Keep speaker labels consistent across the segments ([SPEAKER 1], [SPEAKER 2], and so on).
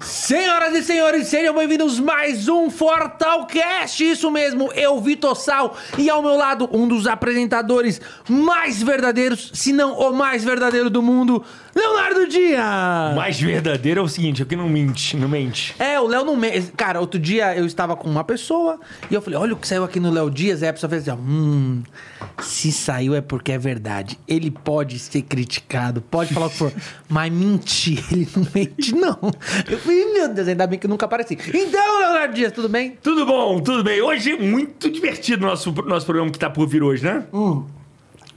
[SPEAKER 1] Senhoras e senhores, sejam bem-vindos mais um Fortalcast. Isso mesmo, eu, Vitor Sal, e ao meu lado, um dos apresentadores mais verdadeiros, se não o mais verdadeiro do mundo, Leonardo Dias.
[SPEAKER 2] O mais verdadeiro é o seguinte, é que não mente, não mente.
[SPEAKER 1] É, o Léo não. me- Cara, outro dia eu estava com uma pessoa e eu falei: olha o que saiu aqui no Léo Dias. Aí a pessoa fez assim: ó, hum, se saiu é porque é verdade. Ele pode ser criticado, pode falar o que for, mas mentir, ele não mente, não. Eu falei: meu Deus, ainda bem que eu nunca apareci. Então, Leonardo Dias, tudo bem?
[SPEAKER 2] Tudo bom, tudo bem. Hoje, é muito divertido o nosso, nosso programa que tá por vir hoje, né?
[SPEAKER 1] Uhum.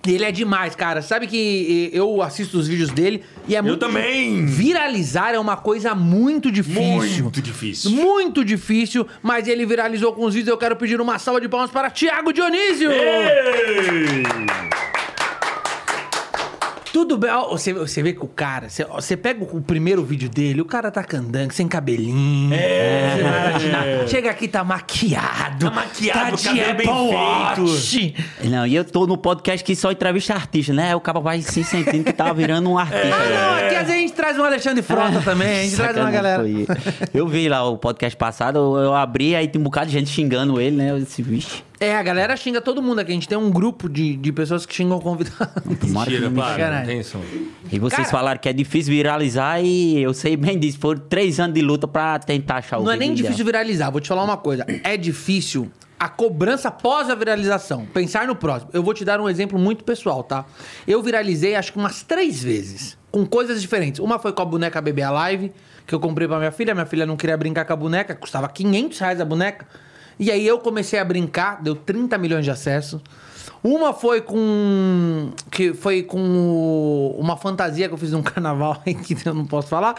[SPEAKER 1] Ele é demais, cara. Sabe que eh, eu assisto os vídeos dele e é muito.
[SPEAKER 2] também.
[SPEAKER 1] Viralizar é uma coisa muito difícil.
[SPEAKER 2] Muito difícil.
[SPEAKER 1] Muito difícil, mas ele viralizou com os vídeos. Eu quero pedir uma salva de palmas para Thiago Dionísio.
[SPEAKER 2] Ei!
[SPEAKER 1] Tudo bem. Ó, Você, você vê que o cara, você, ó, você pega o primeiro vídeo dele, o cara tá candango, sem cabelinho.
[SPEAKER 2] É,
[SPEAKER 1] sem nada de nada. Chega aqui, tá maquiado.
[SPEAKER 2] Tá
[SPEAKER 1] tá
[SPEAKER 2] maquiado,
[SPEAKER 1] de
[SPEAKER 2] cabelo
[SPEAKER 1] Apple
[SPEAKER 2] bem feito.
[SPEAKER 1] Watch.
[SPEAKER 3] Não, e eu tô no podcast que só entrevista artista, né? O cara vai se sentindo que tá virando um artista.
[SPEAKER 2] É.
[SPEAKER 1] Ah, não, aqui às vezes a gente traz um Alexandre Frota também, É, a gente traz uma
[SPEAKER 3] Sacanagem
[SPEAKER 1] galera.
[SPEAKER 3] foi. Eu vi lá o podcast passado, eu, eu abri, aí tem um bocado de gente xingando ele, né? Eu disse, vixe,
[SPEAKER 1] É, a galera xinga todo mundo aqui. A gente tem um grupo de, de pessoas que xingam convidados.
[SPEAKER 3] tomara que
[SPEAKER 2] Tira,
[SPEAKER 3] não me-
[SPEAKER 2] para, não tem som.
[SPEAKER 3] E vocês
[SPEAKER 1] Cara-
[SPEAKER 3] falaram que é difícil viralizar e eu sei bem disso. Foram três anos de luta pra tentar achar o
[SPEAKER 1] Não é
[SPEAKER 3] vídeo
[SPEAKER 1] nem
[SPEAKER 3] ideal.
[SPEAKER 1] difícil viralizar, vou te falar uma coisa. É difícil a cobrança após a viralização. Pensar no próximo. Eu vou te dar um exemplo muito pessoal, tá? Eu viralizei acho que umas três vezes, com coisas diferentes. Uma foi com a boneca Bebê Alive, que eu comprei pra minha filha. Minha filha não queria brincar com a boneca, custava 500 reais a boneca. E aí eu comecei a brincar, deu 30 milhões de acessos. Uma foi com. que foi com o- uma fantasia que eu fiz num carnaval aí que eu não posso falar.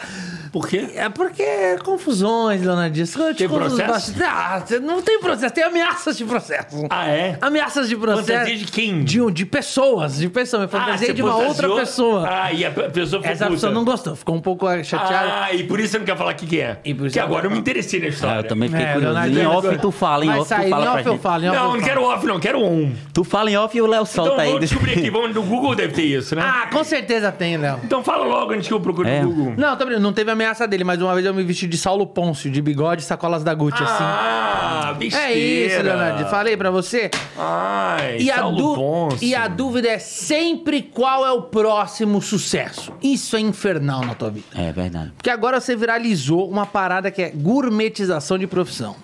[SPEAKER 2] Por quê?
[SPEAKER 1] É porque é confusões, dona Dias. Eu te
[SPEAKER 2] Tem
[SPEAKER 1] conto os
[SPEAKER 2] processo?
[SPEAKER 1] bastidores. Ah, cê não tem processo, tem ameaças de processo.
[SPEAKER 2] Ah, é?
[SPEAKER 1] Ameaças de processo.
[SPEAKER 2] Fantasia de quem?
[SPEAKER 1] De, um- de pessoas, de pessoas. Eu fantasia
[SPEAKER 2] Ah, você
[SPEAKER 1] de uma outra
[SPEAKER 2] fantasiou?
[SPEAKER 1] pessoa.
[SPEAKER 2] Ah, e a pe- pessoa ficou
[SPEAKER 1] Essa
[SPEAKER 2] puta.
[SPEAKER 1] pessoa não gostou, ficou um pouco eh, chateada.
[SPEAKER 2] Ah, e por isso você não quer falar o que, que é.
[SPEAKER 1] E por isso
[SPEAKER 2] que
[SPEAKER 1] eu não
[SPEAKER 2] agora eu
[SPEAKER 1] falo.
[SPEAKER 2] me interessei na
[SPEAKER 3] Ah,
[SPEAKER 2] história.
[SPEAKER 3] eu também fiquei
[SPEAKER 1] É,
[SPEAKER 3] curioso.
[SPEAKER 1] Leonardo,
[SPEAKER 3] Em
[SPEAKER 1] agora-
[SPEAKER 3] off tu fala, em
[SPEAKER 1] Vai
[SPEAKER 3] off
[SPEAKER 1] sair,
[SPEAKER 3] tu fala
[SPEAKER 1] em
[SPEAKER 3] pra
[SPEAKER 1] off eu
[SPEAKER 3] gente.
[SPEAKER 1] falo, em off eu
[SPEAKER 2] Não, não
[SPEAKER 1] falo.
[SPEAKER 2] quero off, não, quero on.
[SPEAKER 3] Tu fala em off e o Léo
[SPEAKER 2] Então
[SPEAKER 3] solta
[SPEAKER 2] vamos
[SPEAKER 3] aí.
[SPEAKER 2] descobrir aqui, vamos no Google, deve ter isso, né?
[SPEAKER 1] Ah, com certeza tem, Léo.
[SPEAKER 2] Então fala logo antes que eu procure
[SPEAKER 3] É.
[SPEAKER 2] no Google.
[SPEAKER 1] Não, tô brincando, não teve ameaça dele, mas uma vez eu me vesti de Saulo Pôncio, de bigode e sacolas da Gucci, assim.
[SPEAKER 2] Ah, besteira.
[SPEAKER 1] É isso, Leonardo. Falei pra você.
[SPEAKER 2] Ai,
[SPEAKER 1] E a,
[SPEAKER 2] Saulo
[SPEAKER 1] dú-
[SPEAKER 2] Ponce.
[SPEAKER 1] e a dúvida é sempre qual é o próximo sucesso. Isso é infernal na tua vida.
[SPEAKER 3] É verdade.
[SPEAKER 1] Porque agora você viralizou uma parada que é gourmetização de profissão.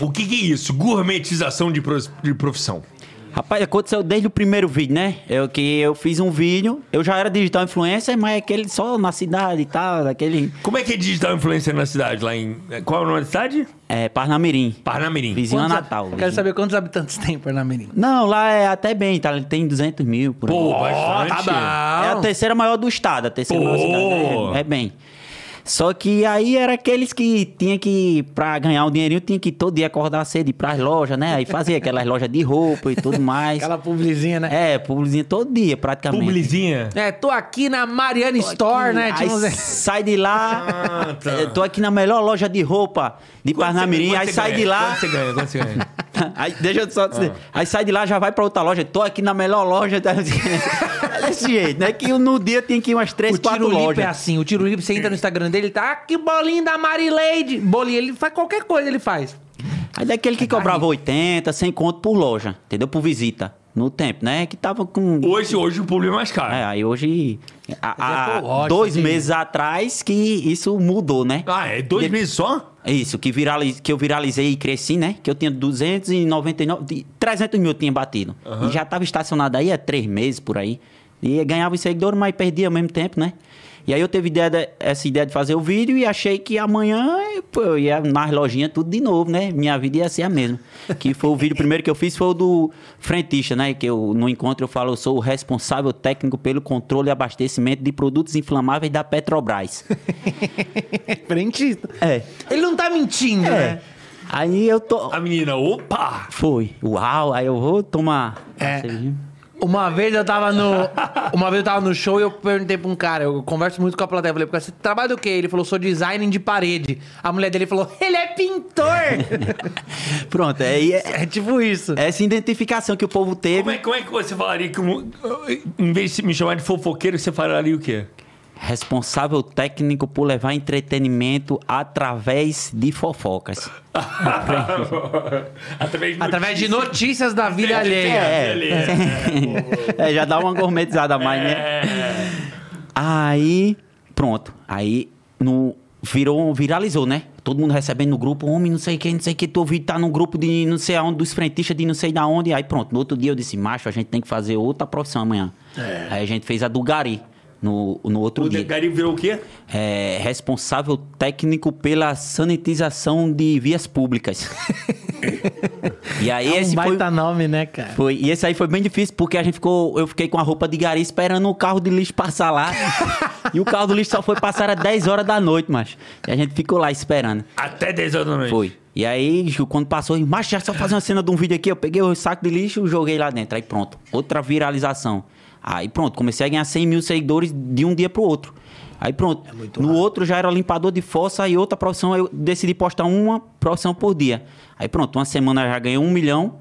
[SPEAKER 2] O que, que é isso? Gourmetização de, pros- de profissão.
[SPEAKER 3] Rapaz, aconteceu desde o primeiro vídeo, né? Eu que eu fiz um vídeo, eu já era digital influencer, mas é aquele só na cidade e tal, daquele
[SPEAKER 2] Como é que é digital influencer na cidade? Lá em. Qual é o nome da cidade?
[SPEAKER 3] é, Parnamirim,
[SPEAKER 2] Parnamirim.
[SPEAKER 3] vizinho a
[SPEAKER 1] Quantos hab-
[SPEAKER 3] Natal.
[SPEAKER 1] Quero
[SPEAKER 3] vizinho.
[SPEAKER 1] saber quantos habitantes tem Parnamirim.
[SPEAKER 3] Não, lá é até bem, tá? Tem 200 mil por aí.
[SPEAKER 2] Pô,
[SPEAKER 1] Ó,
[SPEAKER 2] bastante.
[SPEAKER 1] tá
[SPEAKER 3] É a
[SPEAKER 1] bom.
[SPEAKER 3] terceira maior do estado, a terceira maior
[SPEAKER 2] Pô.
[SPEAKER 3] cidade. né? É, bem. Só que aí era aqueles que tinha que, pra ganhar um dinheirinho, tinha que todo dia acordar cedo, ir pras lojas, né? Aí fazia aquelas lojas de roupa e tudo mais.
[SPEAKER 1] Aquela publizinha, né?
[SPEAKER 3] É, publizinha todo dia, praticamente.
[SPEAKER 2] Publizinha.
[SPEAKER 1] É, tô aqui na Mariana Store, né?
[SPEAKER 3] Aí
[SPEAKER 1] Tinha uns-
[SPEAKER 3] sai de lá,
[SPEAKER 2] Ah, tá.
[SPEAKER 3] eu tô aqui na melhor loja de roupa de Parnamirim,
[SPEAKER 2] Quanto
[SPEAKER 3] aí
[SPEAKER 2] você
[SPEAKER 3] sai
[SPEAKER 2] ganha?
[SPEAKER 3] de lá,
[SPEAKER 2] Quanto Ah. você ganha? Quanto você ganha?
[SPEAKER 3] aí deixa eu só dizer, aí sai de lá, já vai pra outra loja, tô aqui na melhor loja, da- É desse jeito, né, que no dia tem que ir umas três,
[SPEAKER 1] O
[SPEAKER 3] quatro
[SPEAKER 1] Tiro Lipo
[SPEAKER 3] lojas.
[SPEAKER 1] é assim. O Tiro Lipo, você entra no Instagram dele, tá... Ah, que bolinho da Marileide. Bolinho, ele faz qualquer coisa, ele faz.
[SPEAKER 3] Aí daquele
[SPEAKER 1] É
[SPEAKER 3] que cobrava 80, 100 conto por loja, entendeu, por visita, no tempo, né, que tava com...
[SPEAKER 2] Hoje, hoje o público é mais caro.
[SPEAKER 3] É, aí hoje, há,
[SPEAKER 1] Mas é por loja,
[SPEAKER 3] dois
[SPEAKER 1] assim.
[SPEAKER 3] meses atrás que isso mudou, né?
[SPEAKER 2] Ah, é dois
[SPEAKER 3] De-
[SPEAKER 2] meses só?
[SPEAKER 3] É Isso, que, viraliz, que eu viralizei e cresci, né? Que eu tinha 299, de- 300 mil eu tinha batido. E já estava estacionado aí há três meses por aí. E ganhava os seguidores, mas perdia ao mesmo tempo, né? E aí eu teve ideia de- essa ideia de fazer o vídeo e achei que amanhã pô, eu ia nas lojinhas tudo de novo, né? Minha vida ia ser a mesma. Que foi o vídeo primeiro que eu fiz, foi o do frentista, né? Que eu, no encontro eu falo, eu sou o responsável técnico pelo controle e abastecimento de produtos inflamáveis da Petrobras.
[SPEAKER 1] Frentista.
[SPEAKER 3] É.
[SPEAKER 1] Ele não tá mentindo,
[SPEAKER 3] É.
[SPEAKER 1] né?
[SPEAKER 3] Aí eu tô.
[SPEAKER 2] A menina, opa!
[SPEAKER 3] Foi. Uau, aí eu vou tomar.
[SPEAKER 1] É.
[SPEAKER 3] cervejinha.
[SPEAKER 1] Uma vez eu tava no. Uma vez eu tava no show e eu perguntei pra um cara, eu converso muito com a plateia. Eu falei, "Porque você trabalha do quê? Ele falou, sou design de parede. A mulher dele falou, ele é pintor!
[SPEAKER 3] Pronto, aí é,
[SPEAKER 1] é tipo isso.
[SPEAKER 3] essa identificação que o povo teve.
[SPEAKER 2] é? Como é, como é que você falaria que. um- Em vez de me chamar de fofoqueiro, você falaria o quê?
[SPEAKER 3] Responsável técnico por levar entretenimento através de fofocas.
[SPEAKER 2] Através de
[SPEAKER 1] Através de
[SPEAKER 2] notícias.
[SPEAKER 1] notícias da vida alheia.
[SPEAKER 3] É,
[SPEAKER 2] beleza.
[SPEAKER 3] É, já dá uma gourmetizada a mais, né?
[SPEAKER 2] É.
[SPEAKER 3] Aí, pronto. Aí no, virou, viralizou, né? Todo mundo recebendo no grupo, homem, não sei quem, não sei que, tu ouviu, tá no grupo de não sei aonde, dos frentistas de não sei da onde. Aí pronto, no outro dia eu disse, macho, a gente tem que fazer outra profissão amanhã. Aí a gente fez a do Gari no, no outro
[SPEAKER 2] É. O
[SPEAKER 3] dia.
[SPEAKER 2] Gari virou o quê?
[SPEAKER 3] É, responsável técnico pela sanitização de vias públicas. e aí
[SPEAKER 1] É um
[SPEAKER 3] esse foi
[SPEAKER 1] baita nome, né, cara?
[SPEAKER 3] foi, e esse aí foi bem difícil, porque a gente ficou. Eu fiquei com a roupa de gari esperando o carro de lixo passar lá. e o carro do lixo só foi passar às 10 horas da noite, macho. E a gente ficou lá esperando.
[SPEAKER 2] Até 10 horas da noite.
[SPEAKER 3] Foi. E aí, Ju, quando passou, eu, macho, já só fazer uma cena de um vídeo aqui, eu peguei o saco de lixo e joguei lá dentro. Aí pronto. Outra viralização. Aí pronto, comecei a ganhar 100 mil seguidores de um dia pro outro. Aí pronto. no outro já era limpador de fossa e outra profissão, eu decidi postar uma profissão por dia. Aí pronto, uma semana eu já ganhei um milhão.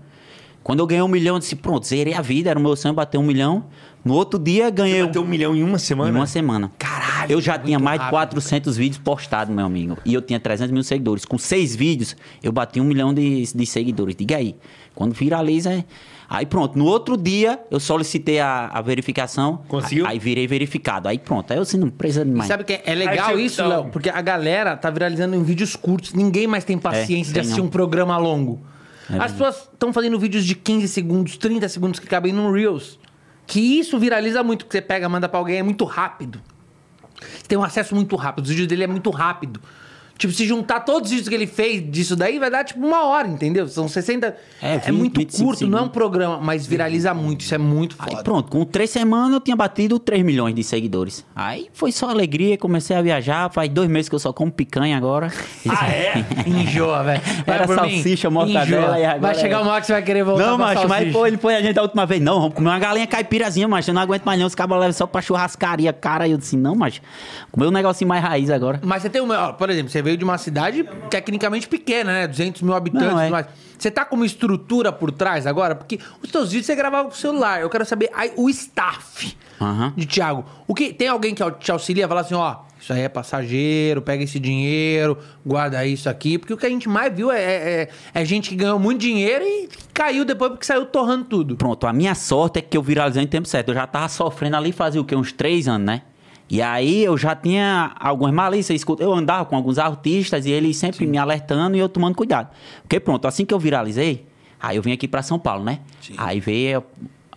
[SPEAKER 3] Quando eu ganhei um milhão, eu disse, pronto, zerei a vida, era o meu sonho bater um milhão. No outro dia, ganhei
[SPEAKER 2] Bateu um milhão em uma
[SPEAKER 3] em
[SPEAKER 2] semana?
[SPEAKER 3] uma semana.
[SPEAKER 2] Caralho,
[SPEAKER 3] Eu já
[SPEAKER 1] muito
[SPEAKER 3] tinha mais de
[SPEAKER 1] rápido,
[SPEAKER 3] 400 vídeos postados, meu amigo. E eu tinha 300 mil seguidores. Com seis vídeos, eu bati um milhão de, de seguidores. Diga aí. Quando viraliza, é... Aí pronto. No outro dia, eu solicitei a, a verificação.
[SPEAKER 2] Conseguiu?
[SPEAKER 3] Aí, aí virei verificado. Aí pronto. Aí eu assim, não precisa de
[SPEAKER 1] E
[SPEAKER 3] mais.
[SPEAKER 1] sabe que é legal
[SPEAKER 2] Aí,
[SPEAKER 1] isso,
[SPEAKER 2] então-
[SPEAKER 1] Léo? Porque a galera tá viralizando em vídeos curtos. Ninguém mais tem paciência de
[SPEAKER 3] É, tem
[SPEAKER 1] assistir
[SPEAKER 3] não. É
[SPEAKER 1] um programa longo. As pessoas estão fazendo vídeos de 15 segundos, 30 segundos que cabem num Reels. Que isso viraliza muito, que você pega, manda pra alguém, é muito rápido. Você tem um acesso muito rápido, os vídeos dele é muito rápido. Tipo, se juntar todos os vídeos que ele fez disso daí, vai dar tipo uma hora, entendeu? São 60. É,
[SPEAKER 3] É, 20,
[SPEAKER 1] muito
[SPEAKER 3] 25
[SPEAKER 1] curto, não é um
[SPEAKER 3] segundos.
[SPEAKER 1] programa, mas viraliza muito, isso é muito
[SPEAKER 3] Aí
[SPEAKER 1] foda.
[SPEAKER 3] pronto, com três semanas eu tinha batido 3 milhões de seguidores. Aí foi só alegria, comecei a viajar. Faz dois meses que eu só como picanha agora.
[SPEAKER 2] Ah, é?
[SPEAKER 1] Enjoa, velho. Vai
[SPEAKER 3] Era
[SPEAKER 1] por mim,
[SPEAKER 3] salsicha, mortadela,
[SPEAKER 1] enjoa.
[SPEAKER 3] e agora
[SPEAKER 1] Vai
[SPEAKER 3] é-
[SPEAKER 1] chegar uma hora que você vai querer voltar
[SPEAKER 3] Não,
[SPEAKER 1] pra
[SPEAKER 3] macho, mas
[SPEAKER 1] salsicha.
[SPEAKER 3] pô, ele foi a gente da última vez. Não, vamos comer uma galinha caipirazinha, macho. Eu não aguento mais não. Os cabos levam só pra churrascaria, cara. Eu disse, não, macho. Comer um negocinho mais raiz agora.
[SPEAKER 1] Mas você tem uma... ó, por exemplo, você veio de uma cidade tecnicamente pequena, né? 200 mil habitantes
[SPEAKER 3] Não, é.
[SPEAKER 1] e tudo mais. Você tá com uma estrutura por trás agora? Porque os seus vídeos você gravava com o celular. Eu quero saber aí, o staff
[SPEAKER 3] Aham.
[SPEAKER 1] de Thiago. O que, tem alguém que te auxilia? Fala assim, ó... Isso aí é passageiro, pega esse dinheiro, guarda isso aqui. Porque o que a gente mais viu é, é- é- é gente que ganhou muito dinheiro e caiu depois porque saiu torrando tudo.
[SPEAKER 3] Pronto, a minha sorte é que eu viralizei em tempo certo. Eu já tava sofrendo ali fazia o quê? Uns três anos, né? E aí eu já tinha algumas malícias. escuta- Eu andava com alguns artistas e eles sempre me alertando e eu tomando cuidado. Porque pronto, assim que eu viralizei, aí eu vim aqui pra São Paulo, né? Aí veio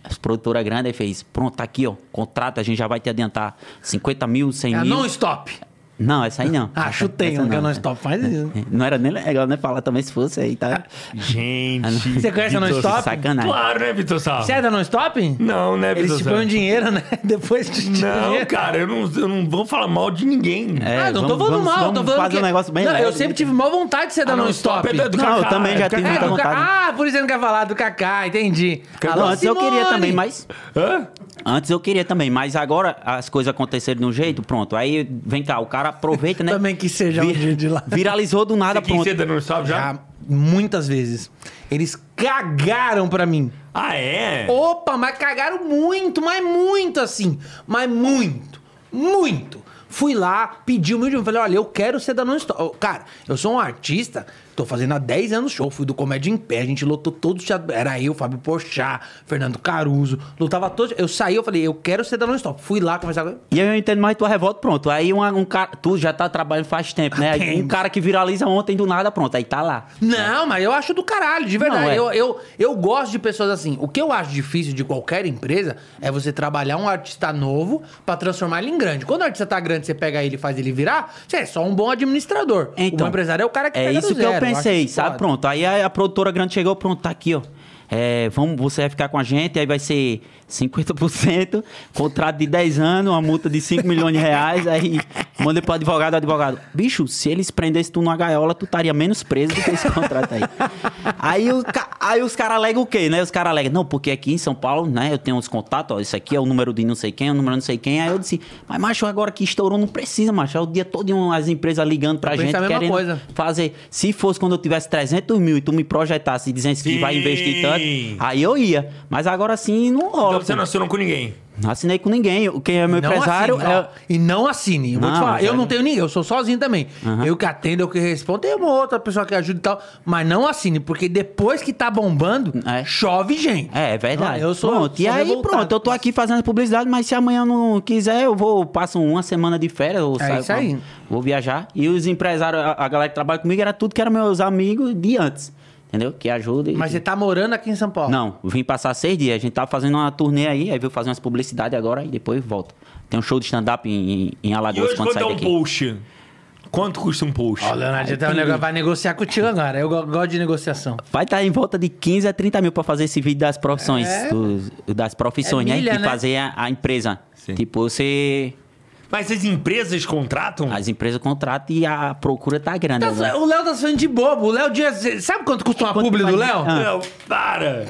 [SPEAKER 3] as produtoras grandes e fez, pronto, tá aqui, ó, contrata, a gente já vai te adiantar 50 mil, 100
[SPEAKER 1] É a
[SPEAKER 3] mil.
[SPEAKER 1] non-stop.
[SPEAKER 3] Não, essa aí não.
[SPEAKER 1] Ah,
[SPEAKER 3] Essa-
[SPEAKER 1] chutei,
[SPEAKER 3] essa
[SPEAKER 1] um que eu
[SPEAKER 3] não.
[SPEAKER 1] não
[SPEAKER 3] É,
[SPEAKER 1] stop faz isso.
[SPEAKER 3] Não era nem legal, né? Falar também se fosse aí, tá? Ah,
[SPEAKER 2] Gente.
[SPEAKER 1] Você conhece a
[SPEAKER 2] Vitor
[SPEAKER 1] Non-Stop?
[SPEAKER 2] Sá.
[SPEAKER 3] Sacanagem.
[SPEAKER 2] Claro, né, Vitor Sá?
[SPEAKER 1] Você é da non-stop?
[SPEAKER 2] Não, né,
[SPEAKER 1] Eles
[SPEAKER 2] Vitor
[SPEAKER 1] te
[SPEAKER 2] Sá?
[SPEAKER 1] põem dinheiro, né? Depois te
[SPEAKER 2] Não,
[SPEAKER 1] dinheiro.
[SPEAKER 2] cara, eu não, eu não vou falar mal de ninguém.
[SPEAKER 3] É,
[SPEAKER 1] ah, não tô falando
[SPEAKER 3] vamos- vamos-
[SPEAKER 1] mal,
[SPEAKER 3] vamos
[SPEAKER 1] tô falando
[SPEAKER 3] fazer
[SPEAKER 1] que...
[SPEAKER 3] um negócio bem
[SPEAKER 1] Não, eu
[SPEAKER 3] leve.
[SPEAKER 1] sempre tive maior vontade de ser da
[SPEAKER 2] Ah,
[SPEAKER 1] non-stop.
[SPEAKER 2] é da- do
[SPEAKER 3] Não,
[SPEAKER 2] Kaká,
[SPEAKER 3] eu também já
[SPEAKER 2] é do
[SPEAKER 3] tive
[SPEAKER 2] Kaká.
[SPEAKER 1] É, do
[SPEAKER 3] muita
[SPEAKER 1] Ca-
[SPEAKER 3] vontade.
[SPEAKER 1] Ah, por isso ele não quer falar do Kaká, entendi.
[SPEAKER 3] Não, antes eu queria
[SPEAKER 1] Simone!
[SPEAKER 3] também, mas.
[SPEAKER 2] Hã?
[SPEAKER 3] Antes eu queria também, mas agora as coisas aconteceram de um jeito, pronto. Aí vem cá, o cara aproveita, né?
[SPEAKER 1] Também que seja um dia de lá.
[SPEAKER 3] Viralizou do nada,
[SPEAKER 2] Você quis
[SPEAKER 3] pronto.
[SPEAKER 2] ser da Non-Stop já?
[SPEAKER 1] Já muitas vezes. Eles cagaram pra mim.
[SPEAKER 2] Ah, é?
[SPEAKER 1] Opa, mas cagaram muito, mas muito assim. Mas muito, muito. Fui lá, pedi o meu dinheiro. Falei, olha, eu quero ser da non-stop. Cara, eu sou um artista, tô fazendo há 10 anos show. Fui do Comédia em Pé, a gente lotou todo o teatro. Era eu, Fábio Porchat, Fernando Caruso. Lotava todo. Eu saí, eu falei, eu quero ser da non-stop. Fui lá conversar com ele.
[SPEAKER 3] E aí eu entendo mais tua revolta, pronto. Aí um, um cara. Tu já tá trabalhando faz tempo, né? Aí
[SPEAKER 1] Tempo.
[SPEAKER 3] um cara que viraliza ontem do nada, pronto. Aí tá lá.
[SPEAKER 1] Não, mas eu acho do caralho, de verdade.
[SPEAKER 3] Não, é.
[SPEAKER 1] eu, eu, eu gosto de pessoas assim. O que eu acho difícil de qualquer empresa é você trabalhar um artista novo pra transformar ele em grande. Quando o artista tá grande, você pega ele e faz ele virar, você é só um bom administrador. o bom empresário é o cara que
[SPEAKER 3] É
[SPEAKER 1] pega do
[SPEAKER 3] isso que
[SPEAKER 1] zero.
[SPEAKER 3] eu
[SPEAKER 1] acho
[SPEAKER 3] pensei,
[SPEAKER 1] isso
[SPEAKER 3] sabe?
[SPEAKER 1] foda.
[SPEAKER 3] Pronto. Aí a, a produtora grande chegou, pronto, tá aqui, ó. É, vamos, você vai ficar com a gente, aí vai ser 50%, contrato de 10 anos, uma multa de 5 milhões de reais, aí mandei pro advogado, advogado. Bicho, se eles prendessem tu numa gaiola, tu estaria menos preso do que esse contrato aí. aí o ca- Aí os caras alegam o quê, né? Os caras alegam, não, porque aqui em São Paulo, né, eu tenho uns contatos, ó, isso aqui é o número de não sei quem, é o número de não sei quem. Aí eu disse, mas macho, agora que estourou, não precisa, macho. É o dia todo as empresas ligando pra
[SPEAKER 1] Eu penso
[SPEAKER 3] gente,
[SPEAKER 1] a mesma
[SPEAKER 3] querendo
[SPEAKER 1] coisa.
[SPEAKER 3] fazer. Se fosse quando eu tivesse 300 mil e tu me projetasse dizendo que
[SPEAKER 2] Sim.
[SPEAKER 3] vai investir tanto, aí eu ia. Mas agora sim, não rola.
[SPEAKER 2] Então você não assinou com ninguém.
[SPEAKER 3] Não assinei com ninguém. Quem é meu
[SPEAKER 1] Não
[SPEAKER 3] empresário
[SPEAKER 1] assine, ó.
[SPEAKER 3] é...
[SPEAKER 1] E não assine. Eu vou
[SPEAKER 3] Não,
[SPEAKER 1] te falar.
[SPEAKER 3] mas
[SPEAKER 1] Eu
[SPEAKER 3] é-
[SPEAKER 1] não tenho ninguém, eu sou sozinho também. Eu que atendo, eu que respondo. Tem uma outra pessoa que ajuda e tal. Mas não assine, porque depois que tá bombando,
[SPEAKER 3] É.
[SPEAKER 1] chove gente.
[SPEAKER 3] É, é verdade.
[SPEAKER 1] Não, eu sou.
[SPEAKER 3] Pronto,
[SPEAKER 1] sou
[SPEAKER 3] e aí,
[SPEAKER 1] revoltado.
[SPEAKER 3] pronto, eu tô aqui fazendo publicidade, mas se amanhã eu não quiser, eu vou, passo uma semana de férias, ou
[SPEAKER 1] É
[SPEAKER 3] saio,
[SPEAKER 1] isso aí.
[SPEAKER 3] Vou, viajar. E os empresários, a, a galera que trabalha comigo, era tudo que era meus amigos de antes. Entendeu? Que ajuda. e-
[SPEAKER 1] Mas você tá morando aqui em São Paulo?
[SPEAKER 3] Não, vim passar seis dias. A gente tava fazendo uma turnê aí, aí veio fazer umas publicidades agora e depois volta. Tem um show de stand-up em, em
[SPEAKER 2] E
[SPEAKER 3] Alagoas
[SPEAKER 2] hoje
[SPEAKER 3] quando
[SPEAKER 2] quando é
[SPEAKER 3] sai
[SPEAKER 2] um
[SPEAKER 3] daqui.
[SPEAKER 2] post? Quanto custa um post?
[SPEAKER 1] Ó, Leonardo, então o negócio vai negociar com o tio agora. Eu go- gosto de negociação.
[SPEAKER 3] Vai estar em volta de 15 a 30 mil para fazer esse vídeo das profissões,
[SPEAKER 1] É.
[SPEAKER 3] dos- das profissões,
[SPEAKER 1] É milha,
[SPEAKER 3] né? E
[SPEAKER 1] né?
[SPEAKER 3] fazer a, a empresa.
[SPEAKER 2] Sim.
[SPEAKER 3] Tipo, você
[SPEAKER 2] Mas as empresas contratam?
[SPEAKER 3] As empresas contratam e a procura tá grande.
[SPEAKER 1] Tá-
[SPEAKER 3] né?
[SPEAKER 1] o Léo tá sendo de bobo. O Léo Dias. Sabe quanto custa uma publi do Léo?
[SPEAKER 3] Ah.
[SPEAKER 2] Não, para!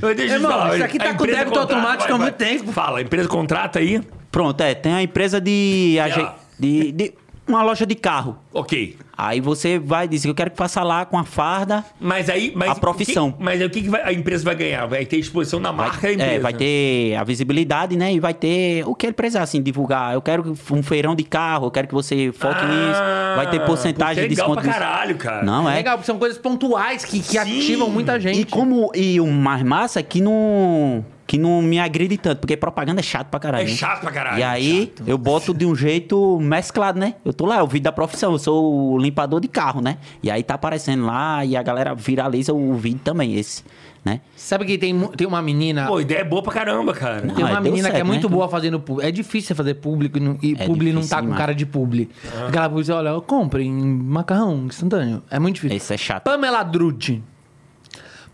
[SPEAKER 2] Eu deixo
[SPEAKER 1] Irmão,
[SPEAKER 2] de falar.
[SPEAKER 1] isso aqui tá
[SPEAKER 2] A
[SPEAKER 1] com
[SPEAKER 2] empresa
[SPEAKER 1] débito
[SPEAKER 2] contrata,
[SPEAKER 1] automático
[SPEAKER 2] vai,
[SPEAKER 1] há muito
[SPEAKER 2] vai.
[SPEAKER 1] tempo.
[SPEAKER 2] Fala, a empresa contrata aí?
[SPEAKER 3] Pronto, é. Tem a empresa de, aje-
[SPEAKER 2] Ah.
[SPEAKER 3] de, de- Uma loja de carro.
[SPEAKER 2] Ok.
[SPEAKER 3] Aí você vai dizer, eu quero que faça lá com a farda.
[SPEAKER 2] Mas aí. Mas
[SPEAKER 3] A profissão.
[SPEAKER 2] o que- mas aí o que, que vai- a empresa vai ganhar? Vai ter exposição na
[SPEAKER 3] Vai,
[SPEAKER 2] marca da empresa.
[SPEAKER 3] é, vai ter a visibilidade, né? E vai ter o que ele precisar, assim, divulgar. Eu quero um feirão de carro, eu quero que você foque nisso.
[SPEAKER 2] Ah,
[SPEAKER 3] Vai ter porcentagem de
[SPEAKER 2] porque é legal
[SPEAKER 3] desconto.
[SPEAKER 2] pra
[SPEAKER 3] nisso.
[SPEAKER 2] caralho, cara.
[SPEAKER 3] Não, é.
[SPEAKER 1] Legal, porque são coisas pontuais que, que
[SPEAKER 2] Sim.
[SPEAKER 1] ativam muita gente.
[SPEAKER 3] E como e o mais massa é que não que não me agride tanto, porque propaganda é chato pra caralho.
[SPEAKER 2] É
[SPEAKER 3] né?
[SPEAKER 2] chato pra caralho, é
[SPEAKER 3] E aí eu boto de um jeito mesclado, né? Eu tô lá, eu vi da profissão, eu sou o limpador de carro, né? E aí tá aparecendo lá e a galera viraliza o vídeo também esse, né?
[SPEAKER 1] Sabe que tem, mu- tem uma menina.
[SPEAKER 2] Pô, a ideia é boa pra caramba, cara.
[SPEAKER 3] Não.
[SPEAKER 1] Tem
[SPEAKER 3] Ah,
[SPEAKER 1] uma
[SPEAKER 3] deu
[SPEAKER 1] menina que é
[SPEAKER 3] certo,
[SPEAKER 1] muito
[SPEAKER 3] né?
[SPEAKER 1] boa fazendo público. É difícil você fazer público e, não- e
[SPEAKER 3] É
[SPEAKER 1] publi não
[SPEAKER 3] difícil
[SPEAKER 1] tá com
[SPEAKER 3] demais.
[SPEAKER 1] cara de publi. Aquela publi, olha, compre em macarrão instantâneo. É muito difícil.
[SPEAKER 3] Esse é chato.
[SPEAKER 1] Pamela Drude.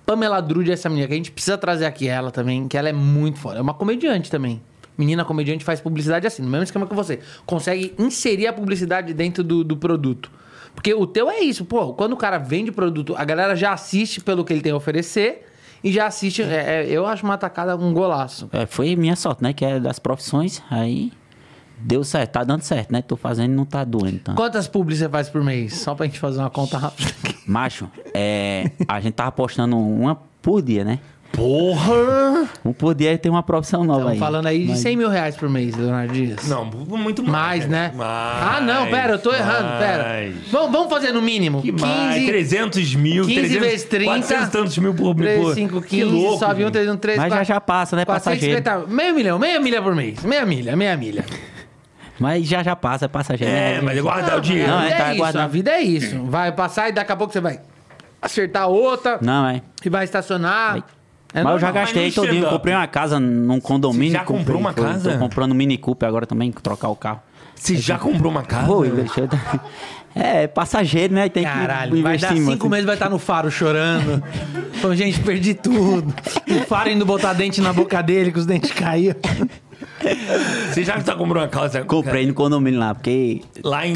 [SPEAKER 1] Pamela Drude é essa menina que a gente precisa trazer aqui ela também, que ela é muito foda. É uma comediante também. Menina comediante faz publicidade assim, no mesmo esquema que você. Consegue inserir a publicidade dentro do, do produto. Porque o teu é isso, pô. Quando o cara vende produto, a galera já assiste pelo que ele tem a oferecer e já assiste. é- é- eu acho uma atacada um golaço.
[SPEAKER 3] É, foi minha sorte, né? Que é das profissões, aí deu certo, tá dando certo, né? Tô fazendo e não tá doendo, tá?
[SPEAKER 1] Quantas publis você faz por mês? Só pra gente fazer uma conta rápida.
[SPEAKER 3] Macho, é, a gente tava postando uma por dia, né?
[SPEAKER 2] Porra!
[SPEAKER 3] Um por dia tem uma profissão nova
[SPEAKER 1] Estamos
[SPEAKER 3] aí.
[SPEAKER 1] falando aí de
[SPEAKER 3] Mas-
[SPEAKER 1] 100 mil reais por mês, Leonardo Dias.
[SPEAKER 2] Não, muito mais.
[SPEAKER 1] Mais, né? ah, não, pera, eu tô errando, pera.
[SPEAKER 2] mais.
[SPEAKER 1] Vamos, vamos fazer no mínimo.
[SPEAKER 2] Que mais? 300 mil,
[SPEAKER 1] 15
[SPEAKER 2] 300,
[SPEAKER 1] vezes 30,
[SPEAKER 2] 400 e tantos mil por mês.
[SPEAKER 1] 3, 5, 15, sobe um, 3, 1, 3,
[SPEAKER 3] Mas já já passa, né,
[SPEAKER 1] Meio milhão, meia milha por mês. Meia milha, meia milha.
[SPEAKER 3] Mas já já passa, é passageiro.
[SPEAKER 2] É,
[SPEAKER 3] né?
[SPEAKER 2] mas é guardar o dinheiro.
[SPEAKER 3] Não,
[SPEAKER 1] a
[SPEAKER 3] é,
[SPEAKER 1] vida
[SPEAKER 3] tá
[SPEAKER 1] é isso,
[SPEAKER 3] guardando.
[SPEAKER 1] a vida é isso. Vai passar e daqui a pouco você vai acertar outra
[SPEAKER 3] Não, é.
[SPEAKER 1] e vai estacionar. É
[SPEAKER 3] mas eu já
[SPEAKER 1] normal.
[SPEAKER 3] gastei
[SPEAKER 2] Mas não
[SPEAKER 3] todinho.
[SPEAKER 2] chega.
[SPEAKER 3] Comprei uma casa num condomínio.
[SPEAKER 2] Você já comprou
[SPEAKER 3] comprei,
[SPEAKER 2] uma
[SPEAKER 3] foi,
[SPEAKER 2] casa?
[SPEAKER 3] Tô comprando um Mini Cooper agora também, trocar o carro.
[SPEAKER 2] Você já comprou uma casa?
[SPEAKER 3] Pô, deixa eu... É, é passageiro, né? Tem que
[SPEAKER 1] Caralho, vai
[SPEAKER 3] investir
[SPEAKER 1] dar
[SPEAKER 3] mano.
[SPEAKER 1] cinco meses, vai estar no faro chorando. Falando, gente, perdi tudo. O faro indo botar dente na boca dele, que os dentes caíram.
[SPEAKER 2] Você já tá comprou uma casa?
[SPEAKER 3] Comprei no condomínio lá, porque...
[SPEAKER 2] Lá em...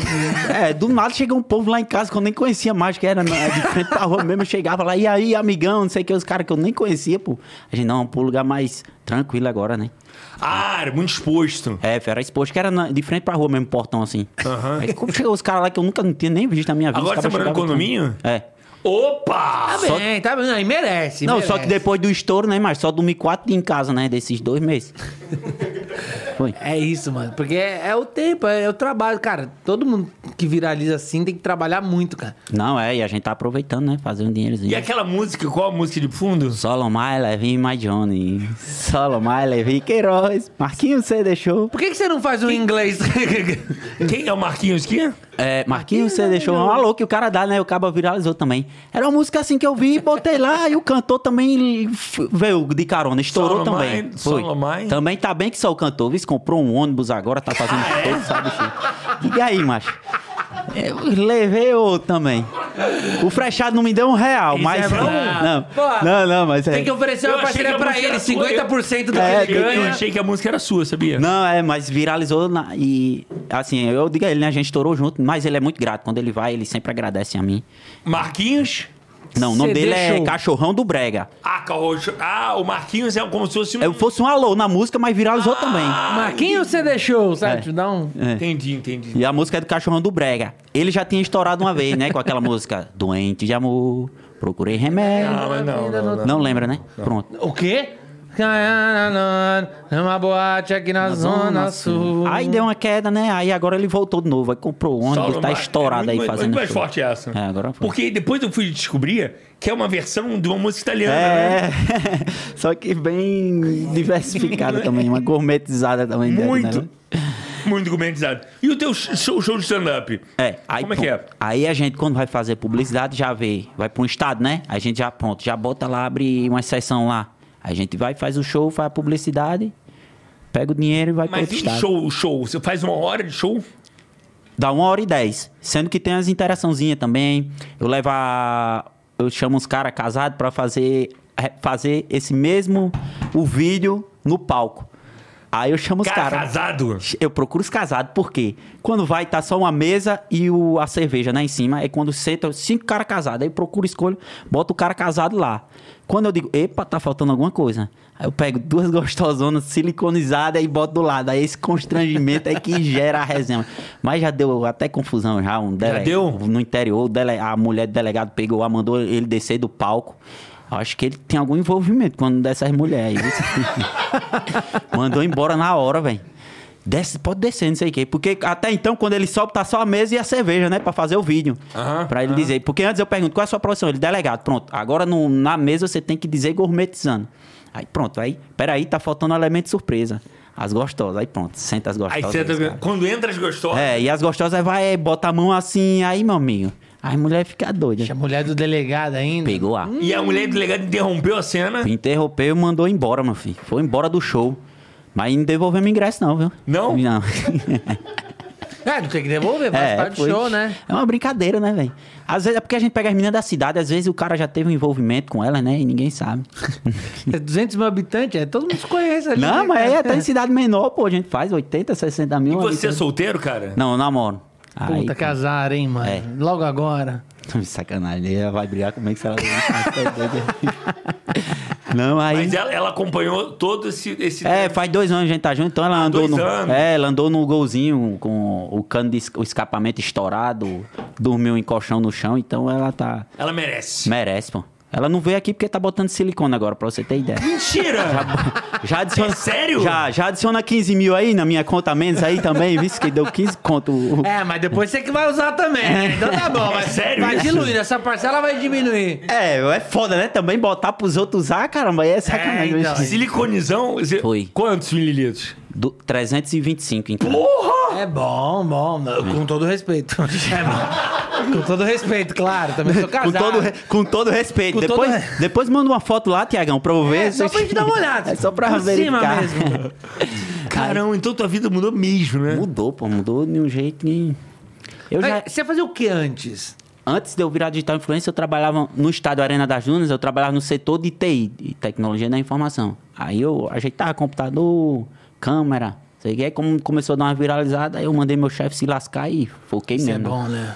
[SPEAKER 3] É, do nada chegou um povo lá em casa que eu nem conhecia mais, que era na- de frente da rua mesmo. Eu chegava lá, e aí, amigão, não sei o que, os caras que eu nem conhecia, pô. A gente, não, pra um lugar mais tranquilo agora, né?
[SPEAKER 2] Ah, era muito exposto.
[SPEAKER 3] É, era exposto, que era na- de frente pra rua mesmo, portão assim.
[SPEAKER 2] Aham.
[SPEAKER 3] Aí quando chegou os caras lá que eu nunca não tinha nem visto na minha vida.
[SPEAKER 2] Agora
[SPEAKER 3] os caras
[SPEAKER 2] você mora no
[SPEAKER 3] chegavam e
[SPEAKER 2] condomínio?
[SPEAKER 3] tudo. É.
[SPEAKER 2] Opa!
[SPEAKER 3] Ah,
[SPEAKER 1] Tá bem, tá bem. Não, e merece.
[SPEAKER 3] Não,
[SPEAKER 1] merece.
[SPEAKER 3] só que depois do estouro, né, mas só dormi quatro dias em casa, né, desses dois meses. Foi.
[SPEAKER 1] É isso, mano. Porque é, é o tempo, é, é o trabalho. Cara, todo mundo que viraliza assim tem que trabalhar muito, cara.
[SPEAKER 3] Não, é, e a gente tá aproveitando, né, fazer um dinheirozinho.
[SPEAKER 2] E é aquela música, qual a música de fundo?
[SPEAKER 3] Solo My é Levin My Johnny. Solo My é Levin Queiroz. Marquinhos, você deixou.
[SPEAKER 1] Por que, que você não faz um inglês?
[SPEAKER 2] Quem é o Marquinhos aqui?
[SPEAKER 3] É, Marquinhos, você deixou. Um alô que o cara dá, né? O cabo viralizou também. Era uma música assim que eu vi, botei lá e o cantor também f- veio de carona, estourou
[SPEAKER 2] Solomon,
[SPEAKER 3] também. Foi.
[SPEAKER 2] Solomon.
[SPEAKER 3] Também tá bem que só o cantor, viu? Comprou um ônibus agora, tá fazendo
[SPEAKER 1] Ah, é?
[SPEAKER 3] todo, sabe? Chico? Diga aí, macho. Eu levei outro também. O frechado não me deu um real, mas.
[SPEAKER 1] é bom.
[SPEAKER 3] não,
[SPEAKER 1] Pô,
[SPEAKER 3] não, não, mas é.
[SPEAKER 1] tem que oferecer
[SPEAKER 2] Eu
[SPEAKER 1] uma
[SPEAKER 2] achei que
[SPEAKER 1] parceria
[SPEAKER 2] a
[SPEAKER 1] pra
[SPEAKER 2] música
[SPEAKER 1] ele,
[SPEAKER 2] era sua,
[SPEAKER 1] 50% do que
[SPEAKER 3] É,
[SPEAKER 1] ele
[SPEAKER 3] que eu
[SPEAKER 2] Eu
[SPEAKER 1] ganha.
[SPEAKER 2] achei que a música era sua, sabia?
[SPEAKER 3] Não, é, mas viralizou na- e assim, eu digo a ele, né? A gente estourou junto, mas ele é muito grato. Quando ele vai, ele sempre agradece a mim.
[SPEAKER 2] Marquinhos?
[SPEAKER 3] Não, o nome
[SPEAKER 1] CD
[SPEAKER 3] dele é
[SPEAKER 1] show.
[SPEAKER 3] Cachorrão do Brega.
[SPEAKER 2] Ah, Caô, ah, o Marquinhos é como se fosse um.
[SPEAKER 3] Eu fosse um alô na música, mas viralizou também.
[SPEAKER 1] Marquinhos você deixou, sabe?
[SPEAKER 3] É.
[SPEAKER 1] Te dá um...
[SPEAKER 2] Entendi, entendi.
[SPEAKER 3] E a música é do Cachorrão do Brega. Ele já tinha estourado uma vez, né? Com aquela música Doente de Amor, Procurei Remédio.
[SPEAKER 2] Não, mas não, não, não.
[SPEAKER 3] Não lembra, né? Pronto.
[SPEAKER 1] O quê? É uma boate aqui na, Zona, Sul.
[SPEAKER 3] Aí deu uma queda, né? Aí agora ele voltou de novo. Aí comprou um ônibus,
[SPEAKER 2] Solo
[SPEAKER 3] tá
[SPEAKER 2] Mar-
[SPEAKER 3] estourado
[SPEAKER 2] é
[SPEAKER 3] aí
[SPEAKER 2] muito mais-
[SPEAKER 3] fazendo
[SPEAKER 2] Muito mais
[SPEAKER 3] show.
[SPEAKER 2] forte essa.
[SPEAKER 3] É, agora foi.
[SPEAKER 2] Porque depois eu fui descobrir que é uma versão de uma música italiana, né?
[SPEAKER 3] É, só que bem diversificada também, uma gourmetizada também. deve,
[SPEAKER 2] Muito.
[SPEAKER 3] né?
[SPEAKER 2] Muito gourmetizado. E o teu show, show de stand-up?
[SPEAKER 3] É, aí,
[SPEAKER 2] Como é que é?
[SPEAKER 3] pronto. Aí a gente, quando vai fazer publicidade, já vê, vai para um estado, né? A gente já, pronto, já bota lá, abre uma sessão lá. A gente vai, faz o show, faz a publicidade, pega o dinheiro e vai para
[SPEAKER 2] Mas
[SPEAKER 3] outro
[SPEAKER 2] e
[SPEAKER 3] estado.
[SPEAKER 2] show, show? Você faz uma hora de show?
[SPEAKER 3] Dá uma hora e dez. Sendo que tem as interaçãozinhas também. Eu levo a... Eu chamo uns caras casados pra fazer, re- fazer esse mesmo... O vídeo no palco. Aí eu chamo os
[SPEAKER 2] Cara,
[SPEAKER 3] caras.
[SPEAKER 2] casado.
[SPEAKER 3] Eu procuro os casados, porque quando vai, tá só uma mesa e o, a cerveja né, em cima. É quando senta cinco caras casados. Aí eu procuro, escolho, bota o cara casado lá. Quando eu digo, epa, tá faltando alguma coisa. Aí eu pego duas gostosonas siliconizadas e boto do lado. Aí esse constrangimento é que gera a resenha. Mas já deu até confusão já. Um dele...
[SPEAKER 2] deu?
[SPEAKER 3] No interior, o dele- a mulher do delegado pegou, a mandou ele descer do palco. Acho que ele tem algum envolvimento quando dessas mulheres. aí, viu? Mandou embora na hora, velho. Desce, pode descer, não sei o quê. Porque até então, quando ele sobe, tá só a mesa e a cerveja, né? Pra fazer o vídeo.
[SPEAKER 2] Aham,
[SPEAKER 3] pra ele dizer. Porque antes eu pergunto, qual é a sua profissão? Ele, delegado. Pronto. Agora no- na mesa você tem que dizer gourmetizando. Aí pronto, aí, peraí, tá faltando um elemento surpresa. As gostosas. Aí pronto, senta as
[SPEAKER 2] Aí
[SPEAKER 3] gostosas.
[SPEAKER 2] você tá-
[SPEAKER 3] os caras.
[SPEAKER 2] quando entra as gostosas.
[SPEAKER 3] É, e as gostosas vai, bota a mão assim, aí, meu amigo. Aí a mulher fica doida.
[SPEAKER 1] Ixi, A mulher do delegado ainda.
[SPEAKER 3] Pegou a.
[SPEAKER 2] E a mulher delegada interrompeu a cena.
[SPEAKER 3] Interrompeu e mandou embora, meu filho. Foi embora do show. Mas não devolveu meu ingresso, não, viu?
[SPEAKER 2] Não?
[SPEAKER 3] Não.
[SPEAKER 1] É, não tem que devolver, faz
[SPEAKER 3] É,
[SPEAKER 1] parte do
[SPEAKER 3] foi.
[SPEAKER 1] show, né?
[SPEAKER 3] É uma brincadeira, né, velho? Às vezes é porque a gente pega as meninas da cidade, às vezes o cara já teve um envolvimento com ela, né? E ninguém sabe.
[SPEAKER 1] É 200 mil habitantes, é, todo mundo se conhece ali.
[SPEAKER 3] não,
[SPEAKER 1] né,
[SPEAKER 3] mas aí é
[SPEAKER 1] cara?
[SPEAKER 3] até em cidade menor, pô, a gente faz 80, 60 mil.
[SPEAKER 2] É. E você é
[SPEAKER 3] habitantes.
[SPEAKER 2] solteiro, cara?
[SPEAKER 3] Não, eu namoro. Aí,
[SPEAKER 1] Puta, que azar, hein, mano?
[SPEAKER 3] É.
[SPEAKER 1] Logo agora.
[SPEAKER 3] pô, Sacanagem, ela vai brigar comigo se ela. tá não, aí.
[SPEAKER 2] Mas ela, ela acompanhou todo esse. esse
[SPEAKER 3] É, faz dois anos que a gente tá junto, então ela andou
[SPEAKER 2] Ah, dois
[SPEAKER 3] no.
[SPEAKER 2] anos.
[SPEAKER 3] É, ela andou no golzinho com o cano de es- o escapamento estourado, dormiu em colchão no chão, então ela tá.
[SPEAKER 2] Ela merece.
[SPEAKER 3] Merece, pô. Ela não veio aqui porque tá botando silicone agora, pra você ter ideia.
[SPEAKER 2] Mentira!
[SPEAKER 3] Já adiciona,
[SPEAKER 2] É sério?
[SPEAKER 3] Já, já adiciona 15 mil aí na minha conta a menos aí também, visto que deu 15 conto. o-
[SPEAKER 1] É, mas depois você que vai usar também, né? Então tá bom, mas
[SPEAKER 2] sério
[SPEAKER 1] vai
[SPEAKER 2] isso?
[SPEAKER 1] diluindo, essa parcela vai diminuir.
[SPEAKER 3] É, é foda, né? Também botar pros outros usar, caramba, aí é sacanagem.
[SPEAKER 1] É, então.
[SPEAKER 3] viu?
[SPEAKER 2] Siliconizão. você-
[SPEAKER 3] Foi.
[SPEAKER 2] Quantos mililitros?
[SPEAKER 3] Do 325, então.
[SPEAKER 1] É bom, bom, com todo respeito. É bom. Com todo respeito, claro, também sou
[SPEAKER 3] Com
[SPEAKER 1] casado.
[SPEAKER 3] todo, re- com todo respeito.
[SPEAKER 1] Com todo
[SPEAKER 3] depois,
[SPEAKER 1] re-
[SPEAKER 3] depois manda uma foto lá, Tiagão, pra eu ver.
[SPEAKER 1] É, só pra gente dar uma olhada.
[SPEAKER 3] É só pra
[SPEAKER 1] Por cima
[SPEAKER 3] verificar.
[SPEAKER 1] mesmo.
[SPEAKER 2] Caramba, então tua vida mudou mesmo, né?
[SPEAKER 3] Mudou, pô. Mudou de um jeito que... Eu já,
[SPEAKER 1] Mas Você fazia o que antes?
[SPEAKER 3] antes de eu virar digital influencer, eu trabalhava no estádio Arena das Dunas, eu trabalhava no setor de TI, de tecnologia da informação. Aí eu ajeitava computador, câmera, sei o que. Aí como começou a dar uma viralizada, aí eu mandei meu chefe se lascar e foquei
[SPEAKER 1] Isso é
[SPEAKER 3] mesmo.
[SPEAKER 1] bom, né?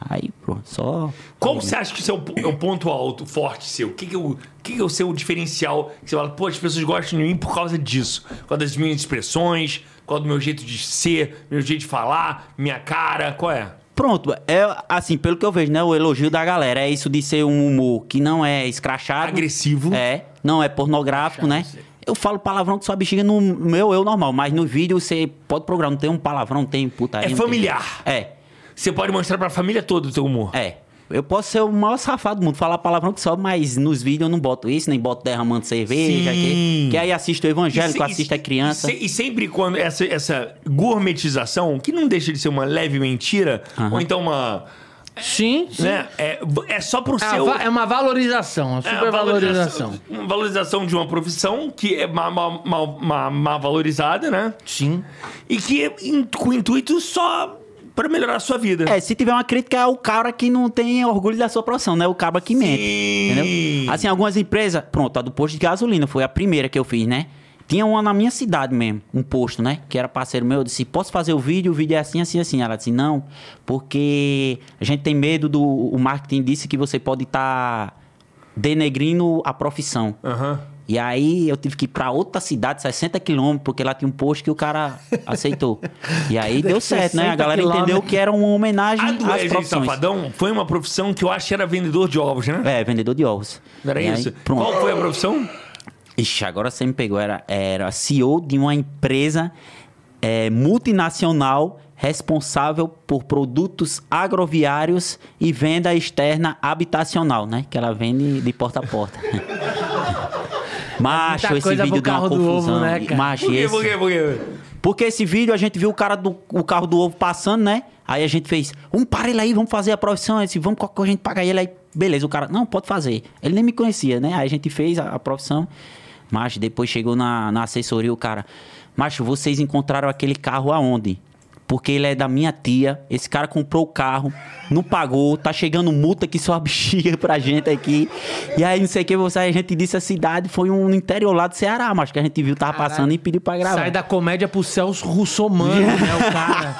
[SPEAKER 3] Aí, pronto, só...
[SPEAKER 2] Qual você acha que isso é o, é o ponto alto, forte seu? O que, que, é o, o que, que é o seu diferencial? Que você fala, pô, as pessoas gostam de mim por causa disso. Por causa das minhas expressões, por causa do meu jeito de ser, meu jeito de falar, minha cara, qual é?
[SPEAKER 3] Pronto, é assim, pelo que eu vejo, né? O elogio da galera é isso de ser um humor que não é escrachado.
[SPEAKER 2] Agressivo.
[SPEAKER 3] É, não é pornográfico, né? Eu falo palavrão que sua bexiga no meu eu normal, mas no vídeo você pode programar, não tem um palavrão, não tem putaria.
[SPEAKER 2] É
[SPEAKER 3] não tem-
[SPEAKER 2] familiar.
[SPEAKER 3] É,
[SPEAKER 2] Você pode mostrar pra família toda o teu humor.
[SPEAKER 3] é. Eu posso ser o maior safado do mundo, falar palavrão que só, mas nos vídeos eu não boto isso, nem boto derramando cerveja,
[SPEAKER 2] Sim.
[SPEAKER 3] que, que aí assisto o evangélico,
[SPEAKER 2] se-
[SPEAKER 3] assisto a criança.
[SPEAKER 2] E, se- e sempre quando essa, essa gourmetização, que não deixa de ser uma leve mentira, ou então uma.
[SPEAKER 1] Sim, sim.
[SPEAKER 2] Né, é, é só pro
[SPEAKER 1] É,
[SPEAKER 2] seu.
[SPEAKER 1] va- é uma valorização, uma
[SPEAKER 2] é,
[SPEAKER 1] supervalorização.
[SPEAKER 2] valorização- Uma valorização de uma profissão que é mal, mal, mal- mal- mal valorizada, né?
[SPEAKER 1] Sim.
[SPEAKER 2] E que é in- com intuito só pra melhorar a sua vida.
[SPEAKER 3] É, se tiver uma crítica, é o cara que não tem orgulho da sua profissão, né? O caba que mente.
[SPEAKER 2] Sim.
[SPEAKER 3] Entendeu? Assim, algumas empresas. Pronto, a do posto de gasolina foi a primeira que eu fiz, né? Tinha uma na minha cidade mesmo, um posto, né? Que era parceiro meu. Eu disse, posso fazer o vídeo? O vídeo é assim, assim, assim. Ela disse, não, porque a gente tem medo do... O marketing disse que você pode estar denegrindo a profissão.
[SPEAKER 2] Aham.
[SPEAKER 3] E aí eu tive que ir pra outra cidade, 60 quilômetros, porque lá tinha um posto que o cara aceitou. E aí deu certo, né? A
[SPEAKER 1] 60
[SPEAKER 3] galera entendeu
[SPEAKER 1] quilômetros. Ah,
[SPEAKER 3] que era uma homenagem
[SPEAKER 2] A do
[SPEAKER 3] às
[SPEAKER 2] Wesley
[SPEAKER 3] profissões.
[SPEAKER 2] Safadão foi uma profissão que eu acho que era vendedor de ovos, né?
[SPEAKER 3] É, vendedor de ovos.
[SPEAKER 2] Não era
[SPEAKER 3] E aí,
[SPEAKER 2] isso?
[SPEAKER 3] pronto.
[SPEAKER 2] Qual foi a profissão?
[SPEAKER 3] Ixi, agora você me pegou. Era, era CEO de uma empresa é, multinacional responsável por produtos agroviários e venda externa habitacional, né? Que ela vende de porta a porta. Macho,
[SPEAKER 1] Muita
[SPEAKER 3] esse
[SPEAKER 1] coisa pro
[SPEAKER 3] vídeo deu uma
[SPEAKER 1] carro do ovo,
[SPEAKER 3] confusão.
[SPEAKER 1] né, cara?
[SPEAKER 3] Macho,
[SPEAKER 2] Por quê,
[SPEAKER 3] esse-
[SPEAKER 2] por quê, por quê?
[SPEAKER 3] porque esse vídeo a gente viu o cara do o carro do ovo passando, né? Aí a gente fez, vamos para ele aí, vamos fazer a profissão. Aí disse, vamos, qual que a gente paga ele aí. Beleza, o cara, não, pode fazer. Ele nem me conhecia, né? Aí a gente fez a, a profissão. Mas depois chegou na, na assessoria o cara, macho, vocês encontraram aquele carro aonde? Porque ele é da minha tia. Esse cara comprou o carro, não pagou, tá chegando multa que só a bexiga pra gente aqui. E aí não sei o que, você, aí a gente disse a cidade, foi um interior lá do Ceará, mas que a gente viu, tava passando e pediu pra gravar.
[SPEAKER 1] Sai da comédia pro Celso Russomano, né, o cara?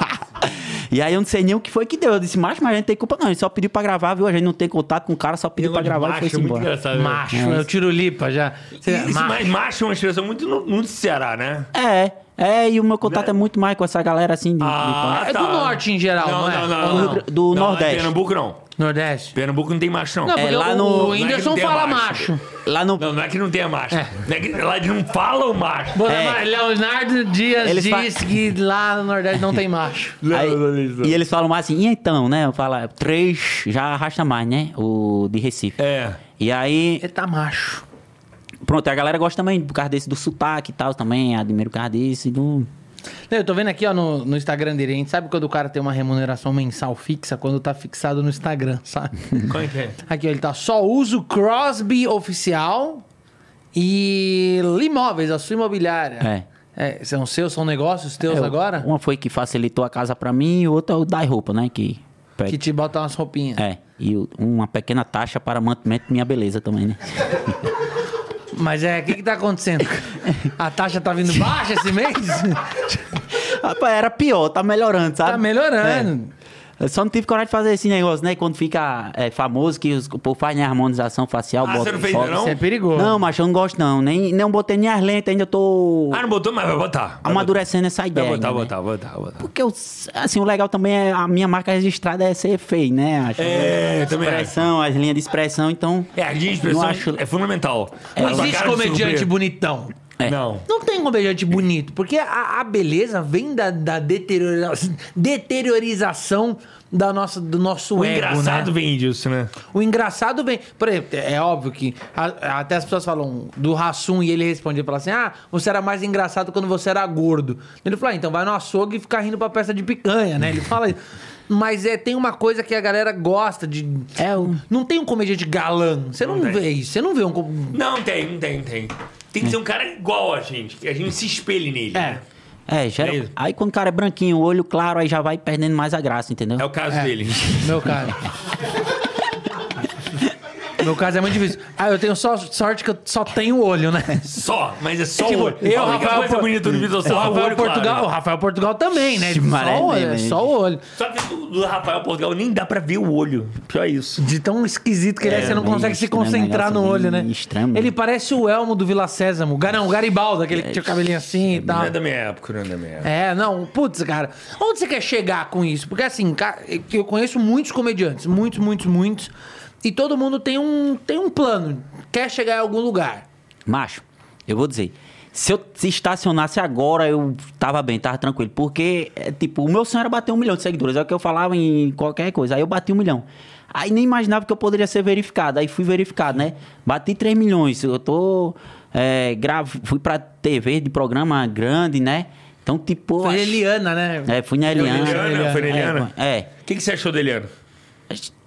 [SPEAKER 3] E aí eu não sei nem o que foi que deu. Eu disse, macho, mas a gente tem culpa não. Ele só pediu pra gravar, viu? A gente não tem contato com o cara, só pediu pra gravar
[SPEAKER 2] Macho, é
[SPEAKER 3] e foi
[SPEAKER 2] muito
[SPEAKER 3] embora.
[SPEAKER 2] engraçado. né?
[SPEAKER 1] Macho,
[SPEAKER 3] É isso.
[SPEAKER 1] eu tiro lipa já. Cê-
[SPEAKER 2] Isso,
[SPEAKER 1] macho.
[SPEAKER 2] mas macho é uma expressão muito no, muito do Ceará, né?
[SPEAKER 3] É, é, e o meu contato é muito mais com essa galera assim de. de-
[SPEAKER 1] É do norte em geral,
[SPEAKER 2] Ah, tá. não,
[SPEAKER 1] não é?
[SPEAKER 2] Não, não,
[SPEAKER 3] Ou
[SPEAKER 2] não.
[SPEAKER 3] do- do
[SPEAKER 2] Não,
[SPEAKER 3] Nordeste.
[SPEAKER 2] Pernambuco não.
[SPEAKER 1] Nordeste.
[SPEAKER 2] Pernambuco não tem macho, não.
[SPEAKER 1] Não,
[SPEAKER 2] É,
[SPEAKER 1] porque
[SPEAKER 3] lá
[SPEAKER 1] o,
[SPEAKER 3] no-
[SPEAKER 1] o Whindersson
[SPEAKER 2] não é que
[SPEAKER 1] fala
[SPEAKER 2] tem macho.
[SPEAKER 1] macho.
[SPEAKER 3] Lá no.
[SPEAKER 2] não, não é que não tenha macho.
[SPEAKER 1] É.
[SPEAKER 2] Não é que, lá eles não falam macho.
[SPEAKER 1] Bom,
[SPEAKER 3] É.
[SPEAKER 1] Leonardo Dias
[SPEAKER 3] Eles fa-
[SPEAKER 1] diz que lá no Nordeste não tem macho.
[SPEAKER 3] aí- e eles falam mais assim, e então, né? Eu falo, três já arrasta mais, né? O de Recife.
[SPEAKER 2] É.
[SPEAKER 3] E aí,
[SPEAKER 1] Ele tá macho.
[SPEAKER 3] pronto, a galera gosta também por causa desse do sotaque e tal, também, admiro por causa desse, do.
[SPEAKER 1] Não, eu tô vendo aqui, ó, no, no Instagram dele. A gente sabe quando o cara tem uma remuneração mensal fixa, quando tá fixado no Instagram, sabe?
[SPEAKER 2] Como é que é?
[SPEAKER 1] Aqui, ó, ele tá só uso Crosby oficial e Limóveis, a sua imobiliária. É. são seus, são negócios teus
[SPEAKER 3] É,
[SPEAKER 1] agora?
[SPEAKER 3] Uma foi que facilitou a casa pra mim e outra o Dai Roupa, né? Que.
[SPEAKER 1] Que te botam umas roupinhas.
[SPEAKER 3] É, e o- uma pequena taxa para mantimento de minha beleza também, né?
[SPEAKER 1] Mas é, o que que tá acontecendo? A taxa tá vindo baixa esse mês?
[SPEAKER 3] Rapaz, era pior, tá melhorando, sabe?
[SPEAKER 1] tá melhorando.
[SPEAKER 3] É. Eu só não tive coragem de fazer esse negócio, né? Quando fica é, famoso que os, o povo faz né, harmonização facial,
[SPEAKER 2] Ah, você não fez
[SPEAKER 3] foto.
[SPEAKER 2] ainda, não?
[SPEAKER 1] Isso é perigoso.
[SPEAKER 3] Não, mas eu não gosto não. Nem, não botei nem as lentes ainda, eu tô
[SPEAKER 2] Ah, Tá não botou, mas vai botar. Vai
[SPEAKER 3] amadurecendo essa
[SPEAKER 2] botar.
[SPEAKER 3] ideia.
[SPEAKER 2] Vai botar,
[SPEAKER 3] ainda, né?
[SPEAKER 2] botar, botar, botar.
[SPEAKER 3] Porque eu, assim, o legal também é a minha marca registrada é ser feio, né? Acho,
[SPEAKER 2] É, também acho.
[SPEAKER 3] Expressão, as linhas de expressão, então...
[SPEAKER 2] É, a linha de expressão
[SPEAKER 3] Não acho-
[SPEAKER 2] é fundamental.
[SPEAKER 1] Não
[SPEAKER 2] A sua
[SPEAKER 1] existe
[SPEAKER 2] cara de
[SPEAKER 1] comediante
[SPEAKER 2] surpresa.
[SPEAKER 1] bonitão.
[SPEAKER 3] É.
[SPEAKER 2] Não.
[SPEAKER 1] Não tem comediante bonito, porque a, a beleza vem da, da deteriora- deteriorização da nossa, do nosso
[SPEAKER 2] O
[SPEAKER 1] ego,
[SPEAKER 2] engraçado
[SPEAKER 1] né?
[SPEAKER 2] vem disso, né?
[SPEAKER 1] O engraçado vem... Por exemplo, é óbvio que a- até as pessoas falam do Rassum e ele responde, fala assim, ah, você era mais engraçado quando você era gordo. Ele fala, ah, então vai no açougue e fica rindo pra peça de picanha, né? Ele fala isso. Mas é, tem uma coisa que a galera gosta de...
[SPEAKER 3] É, o-
[SPEAKER 1] Não tem um comediante galã. Você não,
[SPEAKER 2] tem.
[SPEAKER 1] vê isso. Você não vê um... com-
[SPEAKER 2] Não, tem, não tem, tem. Tem que ser um cara igual a gente, que a gente se espelhe nele.
[SPEAKER 1] É.
[SPEAKER 2] né?
[SPEAKER 3] É, geral-
[SPEAKER 2] Beleza.
[SPEAKER 3] aí quando o cara é branquinho, o olho claro, aí já vai perdendo mais a graça, entendeu?
[SPEAKER 2] É o caso dele.
[SPEAKER 1] Meu caso. Meu caso é muito difícil. Ah, eu tenho só sorte que eu só tenho olho, né?
[SPEAKER 2] Só, mas é só
[SPEAKER 1] Tipo,
[SPEAKER 2] o olho.
[SPEAKER 1] eu,
[SPEAKER 2] a única
[SPEAKER 1] Rafael
[SPEAKER 2] coisa
[SPEAKER 1] Por-
[SPEAKER 2] bonita do Vitor
[SPEAKER 1] O
[SPEAKER 2] Sarro é o
[SPEAKER 1] Rafael
[SPEAKER 2] olho
[SPEAKER 1] Portugal, o
[SPEAKER 2] claro.
[SPEAKER 1] Rafael Portugal também, né? Só
[SPEAKER 3] Maré
[SPEAKER 1] o olho,
[SPEAKER 3] mesmo, hein?
[SPEAKER 1] só o olho.
[SPEAKER 2] Só que do, do Rafael Portugal nem dá pra ver o olho. Pior é isso.
[SPEAKER 1] De tão esquisito que ele é, você não
[SPEAKER 3] meio
[SPEAKER 1] consegue se
[SPEAKER 3] estranho, um
[SPEAKER 1] concentrar no
[SPEAKER 3] negócio
[SPEAKER 1] olho, né?
[SPEAKER 3] meio estranho,
[SPEAKER 1] ele
[SPEAKER 3] né?
[SPEAKER 1] parece o Elmo do Vila Sésamo. Gar- Não, o Garibaldo, aquele que tinha o cabelinho assim e
[SPEAKER 2] Não
[SPEAKER 1] tal.
[SPEAKER 2] é da minha época, não é da minha época.
[SPEAKER 1] É, não, putz, cara. Onde você quer chegar com isso? Porque assim, ca- eu conheço muitos comediantes, muitos, muitos, muitos, e todo mundo tem um, tem um plano, quer chegar em algum lugar.
[SPEAKER 3] Macho, eu vou dizer. Se eu se estacionasse agora, eu tava bem, tava tranquilo. Porque, é, tipo, o meu sonho era bater um milhão de seguidores. É o que eu falava em qualquer coisa. Aí eu bati um milhão. Aí nem imaginava que eu poderia ser verificado. Aí fui verificado, né? Bati 3 milhões. Eu tô. É, gravo, fui pra TV de programa grande, né? Então, tipo.
[SPEAKER 1] Foi
[SPEAKER 3] acho-
[SPEAKER 1] Eliana, né?
[SPEAKER 3] É, fui na Eliana.
[SPEAKER 2] Eliana, foi na Eliana?
[SPEAKER 3] É. é.
[SPEAKER 2] O que, que você achou da Eliana?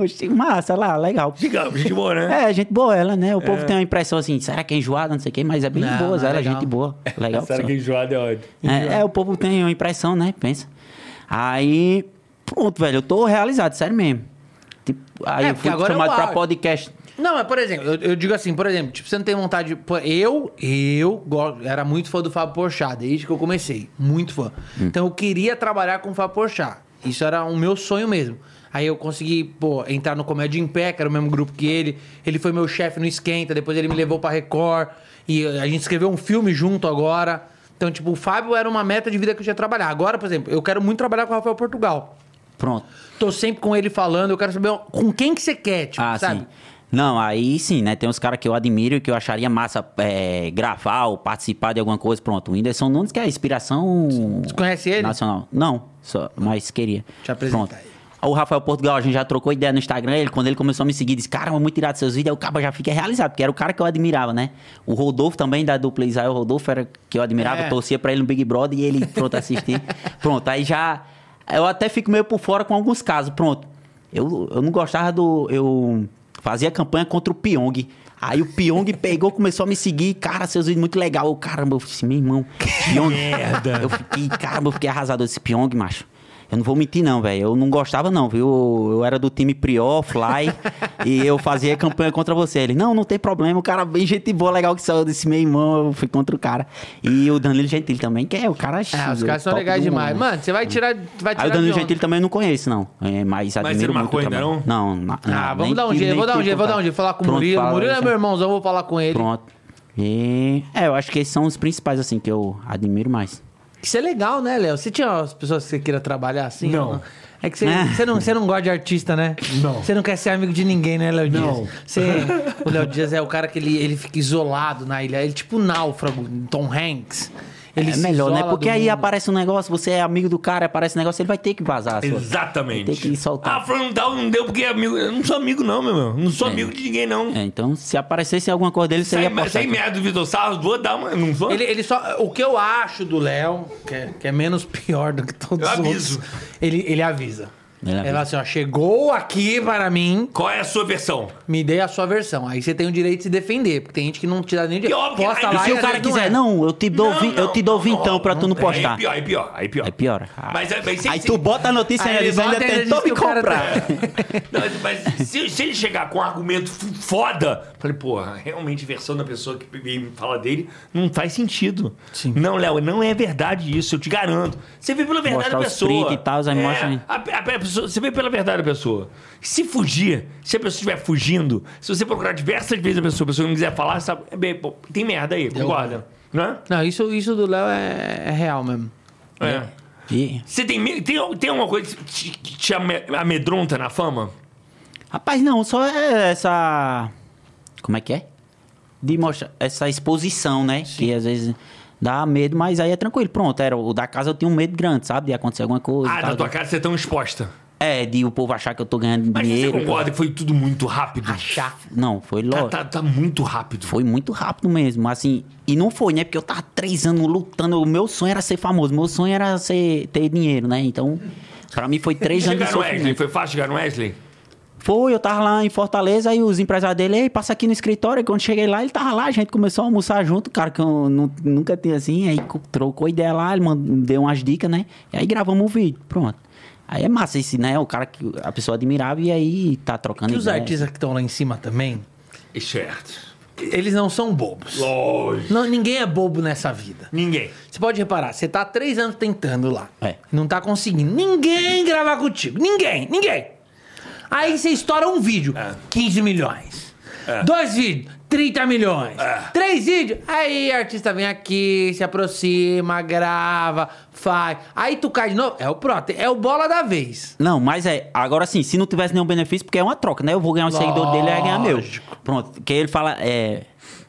[SPEAKER 3] Oxi, Massa lá, legal.
[SPEAKER 2] Legal, gente boa, né?
[SPEAKER 3] É, gente boa ela, né? O povo tem uma impressão assim, será que é enjoada, não sei o quê, mas é bem
[SPEAKER 1] Não, não
[SPEAKER 3] boa,
[SPEAKER 1] é
[SPEAKER 3] ela é
[SPEAKER 1] legal.
[SPEAKER 3] gente boa. Legal.
[SPEAKER 2] Sabe
[SPEAKER 3] pessoal.
[SPEAKER 2] que enjoado é ódio.
[SPEAKER 3] É, é, o povo tem uma impressão, né? Pensa. Aí, pronto, velho, eu tô realizado, sério mesmo. Tipo, aí
[SPEAKER 1] É,
[SPEAKER 3] eu
[SPEAKER 1] porque
[SPEAKER 3] fui
[SPEAKER 1] agora é o
[SPEAKER 3] chamado pra
[SPEAKER 1] auge.
[SPEAKER 3] podcast
[SPEAKER 1] Não, é por exemplo, eu, eu digo assim, por exemplo, tipo, você não tem vontade. de- pô, eu, eu go- era muito fã do Fábio Porchat desde que eu comecei, muito fã. Então eu queria trabalhar com o Fábio Porchat. Isso era o meu sonho mesmo. Aí eu consegui, pô, entrar no Comédia em Pé, que era o mesmo grupo que ele. Ele foi meu chefe no Esquenta, depois ele me levou pra Record e a gente escreveu um filme junto agora. Então, tipo, o Fábio era uma meta de vida que eu tinha que trabalhar. Agora, por exemplo, eu quero muito trabalhar com o Rafael Portugal.
[SPEAKER 3] Pronto.
[SPEAKER 1] Tô sempre com ele falando, eu quero saber com quem que você quer, tipo,
[SPEAKER 3] Ah,
[SPEAKER 1] sabe?
[SPEAKER 3] sim. Não, aí sim, né? Tem uns caras que eu admiro e que eu acharia massa é, gravar ou participar de alguma coisa. Pronto, o Whindersson Nunes, que é a inspiração.
[SPEAKER 1] Você conhece ele?
[SPEAKER 3] Nacional. Não, só, mas queria.
[SPEAKER 1] Te apresentar
[SPEAKER 3] Pronto.
[SPEAKER 1] ele.
[SPEAKER 3] O Rafael Portugal, a gente já trocou ideia no Instagram. Ele, quando ele começou a me seguir, disse: Caramba, muito tirado seus vídeos. Aí o cabo já fica realizado, porque era o cara que eu admirava, né? O Rodolfo também, da dupla Israel Rodolfo, era que eu admirava.
[SPEAKER 1] É.
[SPEAKER 3] Torcia pra ele no Big Brother e ele, pronto, assistir. pronto, aí já. Eu até fico meio por fora com alguns casos. Pronto. Eu, eu não gostava do. Eu fazia campanha contra o Pyong. Aí o Pyong pegou, começou a me seguir. Cara, seus vídeos muito legal. Eu, caramba, eu disse, meu irmão, Pyong. Merda. Eu fiquei, caramba, eu fiquei arrasado desse Pyong, macho. Eu não vou mentir, não, velho. Eu não gostava, não, viu? Eu era do time Prior, Fly, e eu fazia campanha contra você. Ele, não, não tem problema, o cara bem gente boa, legal que saiu desse meu irmão, eu fui contra o cara. E o Danilo Gentili também, que é o cara
[SPEAKER 1] É, os caras são
[SPEAKER 3] top
[SPEAKER 1] legais
[SPEAKER 3] do mundo,
[SPEAKER 1] demais.
[SPEAKER 3] né?
[SPEAKER 1] Mano, você vai tirar. Vai tirar
[SPEAKER 3] Aí o
[SPEAKER 1] de
[SPEAKER 3] Danilo
[SPEAKER 1] onda.
[SPEAKER 3] Gentili também eu um não conheço, não. É, mas admiro
[SPEAKER 2] ele
[SPEAKER 3] muito
[SPEAKER 2] marcou
[SPEAKER 3] o
[SPEAKER 2] ainda
[SPEAKER 3] trabalho. Não, na-
[SPEAKER 1] Ah,
[SPEAKER 3] não,
[SPEAKER 1] vamos
[SPEAKER 3] nem
[SPEAKER 1] dar um
[SPEAKER 3] tive-
[SPEAKER 1] jeito,
[SPEAKER 3] nem
[SPEAKER 1] vou dar um
[SPEAKER 3] tive
[SPEAKER 1] jeito, vou dar um
[SPEAKER 3] contato.
[SPEAKER 1] jeito. Falar com o
[SPEAKER 3] Pronto,
[SPEAKER 1] Murilo.
[SPEAKER 3] fala,
[SPEAKER 1] Murilo é
[SPEAKER 3] Alexandre.
[SPEAKER 1] meu irmãozão, vou falar com ele.
[SPEAKER 3] Pronto. E... É, eu acho que esses são os principais, assim, que eu admiro mais.
[SPEAKER 1] Isso é legal, né, Léo? Você tinha as pessoas que você queira trabalhar assim?
[SPEAKER 2] Não.
[SPEAKER 1] É que você,
[SPEAKER 3] É.
[SPEAKER 1] você não, você não gosta de artista, né?
[SPEAKER 2] Não.
[SPEAKER 1] Você não quer ser amigo de ninguém, né, Léo Dias?
[SPEAKER 2] Não.
[SPEAKER 1] Você, o Léo Dias é o cara que ele, ele fica isolado na ilha. Ele é tipo náufrago, Tom Hanks. Ele
[SPEAKER 3] é
[SPEAKER 1] se
[SPEAKER 3] melhor, né?
[SPEAKER 1] isola
[SPEAKER 3] Porque
[SPEAKER 1] do
[SPEAKER 3] aí
[SPEAKER 1] mundo.
[SPEAKER 3] aparece um negócio, você é amigo do cara, aparece um negócio, ele vai ter que vazar. a sua.
[SPEAKER 2] Exatamente.
[SPEAKER 3] Tem que soltar.
[SPEAKER 2] Ah, falando tal, não deu porque é amigo. Eu não sou amigo, não, meu irmão. Não sou amigo de ninguém, não.
[SPEAKER 3] É, então, se aparecesse alguma coisa dele, você ia
[SPEAKER 2] Sem,
[SPEAKER 3] postar.
[SPEAKER 2] sem merda do Vitor Sarros, vou dar uma. Não vou.
[SPEAKER 1] Ele, ele só, o que eu acho do Léo, que, é, que é menos pior do que todos
[SPEAKER 2] Eu
[SPEAKER 1] os
[SPEAKER 2] aviso.
[SPEAKER 1] outros, ele, ele avisa.
[SPEAKER 3] Ele
[SPEAKER 1] Ele
[SPEAKER 3] avisa.
[SPEAKER 1] fala assim, ó, chegou aqui para mim,
[SPEAKER 2] Qual é a sua versão?
[SPEAKER 1] me dê a sua versão. Aí você tem o direito de se defender, porque tem gente que não te dá nem direito.
[SPEAKER 2] óbvio que- aí,
[SPEAKER 3] E se
[SPEAKER 1] e
[SPEAKER 3] o
[SPEAKER 1] às
[SPEAKER 3] cara
[SPEAKER 1] vezes é.
[SPEAKER 3] quiser, não, eu te dou,
[SPEAKER 2] Não,
[SPEAKER 3] vi- eu
[SPEAKER 2] não,
[SPEAKER 3] te dou
[SPEAKER 2] não,
[SPEAKER 3] vintão pra tu não
[SPEAKER 2] Aí
[SPEAKER 3] postar.
[SPEAKER 2] pior, aí pior, aí pior.
[SPEAKER 3] É pior. Ah.
[SPEAKER 2] Mas, mas se-
[SPEAKER 3] aí
[SPEAKER 2] se-
[SPEAKER 3] tu bota a notícia
[SPEAKER 1] Aí
[SPEAKER 3] aí,
[SPEAKER 1] ele
[SPEAKER 3] eles ainda
[SPEAKER 1] bota e ele
[SPEAKER 3] tentou
[SPEAKER 1] diz que
[SPEAKER 3] me
[SPEAKER 1] o cara tá-
[SPEAKER 3] comprar.
[SPEAKER 2] Não, mas se, se ele chegar com um argumento f- foda, eu falei, porra, realmente a versão da pessoa que me fala dele não faz sentido.
[SPEAKER 1] Sim.
[SPEAKER 2] Não, Léo, não é verdade isso, eu te garanto. Você vê pela verdade
[SPEAKER 3] Mostrar
[SPEAKER 2] da
[SPEAKER 3] os
[SPEAKER 2] pessoa.
[SPEAKER 3] print e tal, aí
[SPEAKER 2] É,
[SPEAKER 3] mostra aí.
[SPEAKER 2] a, a- a pessoa- Você vê pela verdade da pessoa. Se fugir, se a pessoa estiver fugindo, se você procurar diversas vezes a pessoa, a pessoa não quiser falar, sabe, é bem, pô, tem merda aí, concorda?
[SPEAKER 3] É.
[SPEAKER 2] Né?
[SPEAKER 1] Não, isso, isso do Léo é, é real mesmo.
[SPEAKER 2] É.
[SPEAKER 3] Ih,
[SPEAKER 2] Você tem, me- tem, tem alguma coisa que te, que te ame- amedronta na fama?
[SPEAKER 3] Rapaz, não, só é essa. Como é que é? De mostrar essa exposição, né? Que às vezes dá medo, mas aí é tranquilo. Pronto, era o da casa eu tinha um medo grande, sabe? De acontecer alguma coisa.
[SPEAKER 2] Ah,
[SPEAKER 3] tal, né?
[SPEAKER 2] da tua
[SPEAKER 3] tal.
[SPEAKER 2] casa você é tão exposta.
[SPEAKER 3] É, de o povo achar que eu tô ganhando
[SPEAKER 2] Mas
[SPEAKER 3] dinheiro.
[SPEAKER 2] você concorda que foi tudo muito rápido?
[SPEAKER 3] Achar. Não, foi
[SPEAKER 2] Tá,
[SPEAKER 3] logo.
[SPEAKER 2] tá, tá muito rápido.
[SPEAKER 3] Ah, Foi muito rápido mesmo, assim. E não foi, né? Porque eu tava três anos lutando. O meu sonho era ser famoso. Meu sonho era ser, ter dinheiro, né? Então, pra mim foi três anos de
[SPEAKER 2] Chegar no Wesley,
[SPEAKER 3] sofrimento.
[SPEAKER 2] foi fácil chegar no Wesley?
[SPEAKER 3] Foi, eu tava lá em Fortaleza, aí os empresários dele, ei, passa aqui no escritório. E quando cheguei lá, ele tava lá, a gente começou a almoçar junto, cara, que eu nu- nunca tinha assim. Aí co- trocou ideia lá, ele mandou, deu umas dicas, né? E aí gravamos um vídeo, pronto. Aí é massa esse, né? O cara que a pessoa admirava e aí tá trocando
[SPEAKER 1] E os
[SPEAKER 3] ideia.
[SPEAKER 1] artistas que estão lá em cima também,
[SPEAKER 2] É Certo.
[SPEAKER 1] eles não são bobos.
[SPEAKER 2] Lógico.
[SPEAKER 1] Não, ninguém é bobo nessa vida.
[SPEAKER 2] Ninguém.
[SPEAKER 1] Você pode reparar, você tá há três anos tentando lá.
[SPEAKER 3] É.
[SPEAKER 1] Não tá conseguindo. Ninguém gravar contigo. Ninguém, ninguém.
[SPEAKER 2] É.
[SPEAKER 1] Aí você estoura um vídeo, 15 milhões. Dois vídeos, 30 milhões.
[SPEAKER 2] É.
[SPEAKER 1] Três vídeos, aí o artista vem aqui, se aproxima, grava, faz. Aí tu cai de novo. É o pronto, é o bola da vez.
[SPEAKER 3] Não, mas é, agora sim, se não tivesse nenhum benefício, porque é uma troca, né? Eu vou ganhar um seguidor dele, ele vai ganhar meu.
[SPEAKER 1] Lógico.
[SPEAKER 3] Pronto, porque ele fala, é,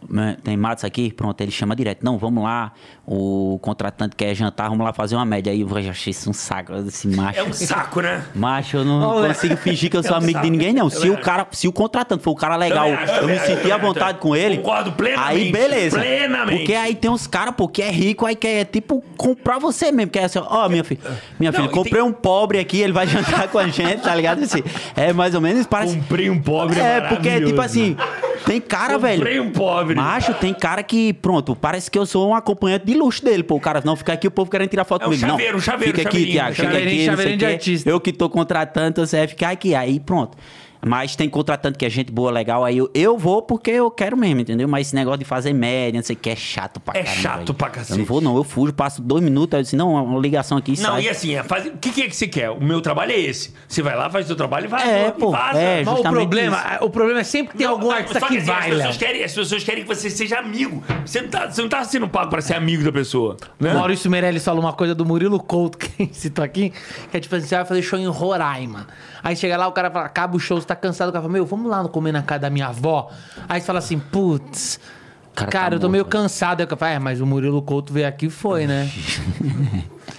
[SPEAKER 3] né, tem Matos aqui, pronto, ele chama direto. Não, vamos lá, o contratante quer jantar, vamos lá fazer uma média. Aí eu já achei isso um saco, esse macho.
[SPEAKER 2] É um saco, né?
[SPEAKER 3] Macho, eu não
[SPEAKER 1] Olha.
[SPEAKER 3] consigo fingir que eu sou
[SPEAKER 2] É um
[SPEAKER 3] amigo de
[SPEAKER 2] saco.
[SPEAKER 3] ninguém, não. Se
[SPEAKER 2] Eu
[SPEAKER 3] o
[SPEAKER 2] acho.
[SPEAKER 3] cara, se o contratante for um cara legal,
[SPEAKER 2] Também acho,
[SPEAKER 3] eu me
[SPEAKER 2] também acho,
[SPEAKER 3] senti à
[SPEAKER 2] também
[SPEAKER 3] vontade
[SPEAKER 2] acho.
[SPEAKER 3] com ele.
[SPEAKER 2] Concordo plenamente,
[SPEAKER 3] Aí beleza.
[SPEAKER 2] plenamente.
[SPEAKER 3] Porque aí tem uns caras, pô, que é rico, aí quer tipo comprar você mesmo. Que é assim, ó, minha filha, minha
[SPEAKER 2] Não,
[SPEAKER 3] filha,
[SPEAKER 2] e
[SPEAKER 3] comprei um pobre aqui, ele vai jantar com a gente, tá ligado? Assim, é mais ou menos parece.
[SPEAKER 2] Comprei um pobre.
[SPEAKER 3] é, porque tipo
[SPEAKER 2] maravilhoso.
[SPEAKER 3] assim, tem cara, velho.
[SPEAKER 2] Comprei um pobre.
[SPEAKER 3] Macho, tem cara que, pronto, parece que eu sou um acompanhante de luxo dele, pô. O cara, não, fica aqui, o povo querendo tirar foto
[SPEAKER 2] É um
[SPEAKER 3] comigo.
[SPEAKER 2] chaveiro,
[SPEAKER 3] não,
[SPEAKER 2] um chaveiro,
[SPEAKER 3] fica aqui,
[SPEAKER 2] chaveirinho,
[SPEAKER 3] Tiago, fica
[SPEAKER 1] chaveirinho,
[SPEAKER 3] aqui, não sei
[SPEAKER 1] chaveirinho
[SPEAKER 3] o
[SPEAKER 1] de
[SPEAKER 3] quê.
[SPEAKER 1] artista.
[SPEAKER 3] Eu que tô contratando, então você vai ficar aqui. Aí, pronto. Mas tem contratante que é gente boa, legal. Aí eu, eu vou porque eu quero mesmo, entendeu? Mas esse negócio de fazer média, não sei o que, é chato pra
[SPEAKER 2] É
[SPEAKER 3] caramba,
[SPEAKER 2] chato
[SPEAKER 3] velho.
[SPEAKER 2] pra cacete.
[SPEAKER 3] Eu não vou, não. Eu fujo, passo dois minutos, aí eu disse, não, uma ligação aqui e
[SPEAKER 2] Não,
[SPEAKER 3] sai.
[SPEAKER 2] e assim, é fazer- o que, que é que você quer? O meu trabalho é esse. Você vai lá, faz o seu trabalho e vai.
[SPEAKER 3] É,
[SPEAKER 2] e
[SPEAKER 3] pô,
[SPEAKER 2] vaza.
[SPEAKER 3] é,
[SPEAKER 1] Mas o
[SPEAKER 3] justamente
[SPEAKER 1] problema, o problema é sempre que tem algum
[SPEAKER 2] Não,
[SPEAKER 1] artista
[SPEAKER 2] só
[SPEAKER 1] que
[SPEAKER 2] assim,
[SPEAKER 1] vai,
[SPEAKER 2] as
[SPEAKER 1] Léo.
[SPEAKER 2] pessoas, querem, as pessoas querem que você seja amigo. Você não tá, você não tá sendo pago pra ser amigo da pessoa. Né?
[SPEAKER 1] Maurício Meirelles falou uma coisa do Murilo Couto, que ele citou aqui, que é tipo assim, você vai fazer show em Roraima. Aí chega lá, o cara fala, acaba o show, você tá cansado, o cara fala, meu, vamos lá no comer na casa da minha avó. Aí você fala assim, putz, cara,
[SPEAKER 3] Cara,
[SPEAKER 1] eu
[SPEAKER 3] tá
[SPEAKER 1] tô
[SPEAKER 3] morto,
[SPEAKER 1] meio
[SPEAKER 3] né?
[SPEAKER 1] cansado. Aí o cara fala, é, mas o Murilo Couto veio aqui e foi, né?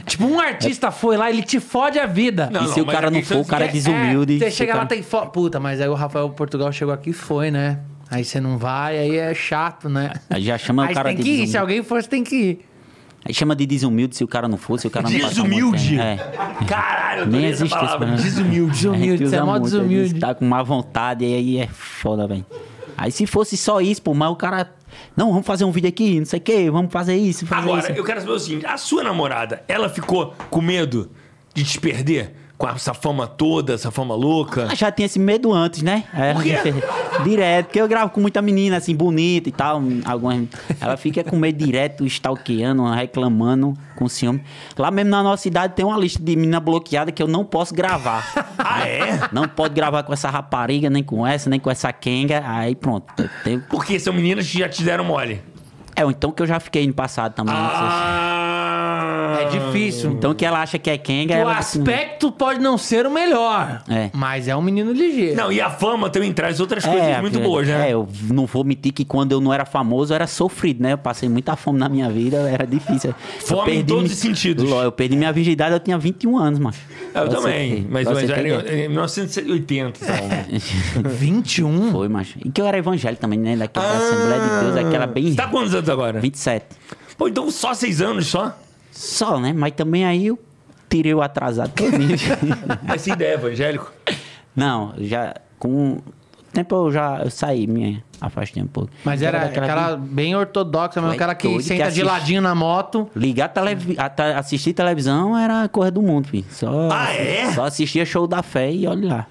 [SPEAKER 1] tipo, um artista foi lá, ele te fode a vida.
[SPEAKER 2] Não,
[SPEAKER 3] E se o
[SPEAKER 2] mas a
[SPEAKER 3] cara não
[SPEAKER 2] questão
[SPEAKER 3] for, o
[SPEAKER 2] é
[SPEAKER 3] cara é
[SPEAKER 2] que-
[SPEAKER 3] desumilde. tá-
[SPEAKER 1] É, você
[SPEAKER 3] se o
[SPEAKER 1] chega lá,
[SPEAKER 3] cara-
[SPEAKER 1] tem foto. Puta, mas aí o Rafael Portugal chegou aqui e foi, né? Aí você não vai, aí é chato, né?
[SPEAKER 3] Aí já chama o
[SPEAKER 1] Aí
[SPEAKER 3] cara
[SPEAKER 1] tem
[SPEAKER 3] de
[SPEAKER 1] que ir, se
[SPEAKER 3] desumilde.
[SPEAKER 1] alguém for, você tem que ir.
[SPEAKER 3] Aí chama de desumilde se o cara não for, se o cara não passar um monte de
[SPEAKER 2] Desumilde.
[SPEAKER 3] tempo. É.
[SPEAKER 2] Caralho, eu
[SPEAKER 3] Nem
[SPEAKER 2] adorei essa
[SPEAKER 3] existe esse
[SPEAKER 2] palavra.
[SPEAKER 3] programa.
[SPEAKER 2] Desumilde.
[SPEAKER 3] A gente
[SPEAKER 1] Desumilde, você
[SPEAKER 3] usa
[SPEAKER 1] é mó
[SPEAKER 3] muito, a gente
[SPEAKER 1] desumilde.
[SPEAKER 3] Tá com má vontade, e aí é foda, velho. Aí se fosse só isso, pô, mas o cara. Não, vamos fazer um vídeo aqui, não sei o quê, vamos fazer isso, fazer
[SPEAKER 2] Agora,
[SPEAKER 3] É isso.
[SPEAKER 2] eu quero saber o seguinte: a sua namorada, ela ficou com medo de te perder? Com essa fama toda, essa fama louca?
[SPEAKER 3] Ela já tinha esse medo antes, né? Aí
[SPEAKER 2] Por quê?
[SPEAKER 3] ela- direto, porque eu gravo com muita menina, assim, bonita e tal. Algumas... Ela fica com medo direto, stalkeando, reclamando com ciúme. Lá mesmo na nossa cidade tem uma lista de menina bloqueada que eu não posso gravar.
[SPEAKER 2] Ah, é?
[SPEAKER 3] Não pode gravar com essa rapariga, nem com essa, nem com essa quenga. Aí pronto. eu tenho-
[SPEAKER 2] Porque são meninas que já te deram mole.
[SPEAKER 3] É, ou então que eu já fiquei no passado também. não sei se-
[SPEAKER 2] Ah!
[SPEAKER 1] É difícil.
[SPEAKER 3] Então que ela acha que é Kenga,
[SPEAKER 1] o
[SPEAKER 3] ela...
[SPEAKER 1] aspecto pode não ser o melhor,
[SPEAKER 3] É.
[SPEAKER 1] mas é um menino ligeiro.
[SPEAKER 2] Não, e a fama também traz outras coisas
[SPEAKER 3] É,
[SPEAKER 2] muito
[SPEAKER 3] é,
[SPEAKER 2] boas, né?
[SPEAKER 3] É, eu não vou mentir que quando eu não era famoso, eu era sofrido, né? Eu passei muita fome na minha vida, era difícil.
[SPEAKER 2] Fome
[SPEAKER 3] eu
[SPEAKER 2] em todos
[SPEAKER 3] mi-
[SPEAKER 2] os sentidos.
[SPEAKER 3] Ló, Eu perdi minha virgindade, eu tinha 21 anos, macho.
[SPEAKER 2] Eu,
[SPEAKER 3] Pra você
[SPEAKER 2] também,
[SPEAKER 3] ter-
[SPEAKER 2] mas,
[SPEAKER 3] pra
[SPEAKER 2] mas é,
[SPEAKER 3] você
[SPEAKER 2] já
[SPEAKER 3] ter
[SPEAKER 2] era
[SPEAKER 3] ideia.
[SPEAKER 2] em 1980,
[SPEAKER 3] É,
[SPEAKER 2] sabe?
[SPEAKER 1] 21?
[SPEAKER 3] Foi, macho. E que eu era evangélico também, né? Daquela Assembleia de Deus, aquela bem...
[SPEAKER 2] Ah. Você tá quantos anos agora?
[SPEAKER 3] 27.
[SPEAKER 2] Pô, então só seis anos só?
[SPEAKER 3] Só, né? Mas também aí eu tirei o atrasado todinho.
[SPEAKER 2] Essa ideia, evangélico.
[SPEAKER 3] não, já com... o Tempo eu já eu saí, me afastei um pouco.
[SPEAKER 1] Mas era
[SPEAKER 3] daquela
[SPEAKER 1] aquela bem ortodoxa, mesmo
[SPEAKER 3] Foi
[SPEAKER 1] aquela que
[SPEAKER 3] doido, que
[SPEAKER 1] senta de
[SPEAKER 3] assiste.
[SPEAKER 1] ladinho na moto.
[SPEAKER 3] Ligar televi a te- assistir televisão era a coisa do mundo, filho. Só,
[SPEAKER 2] Ah, é?
[SPEAKER 3] Só assistia show da fé e olha lá.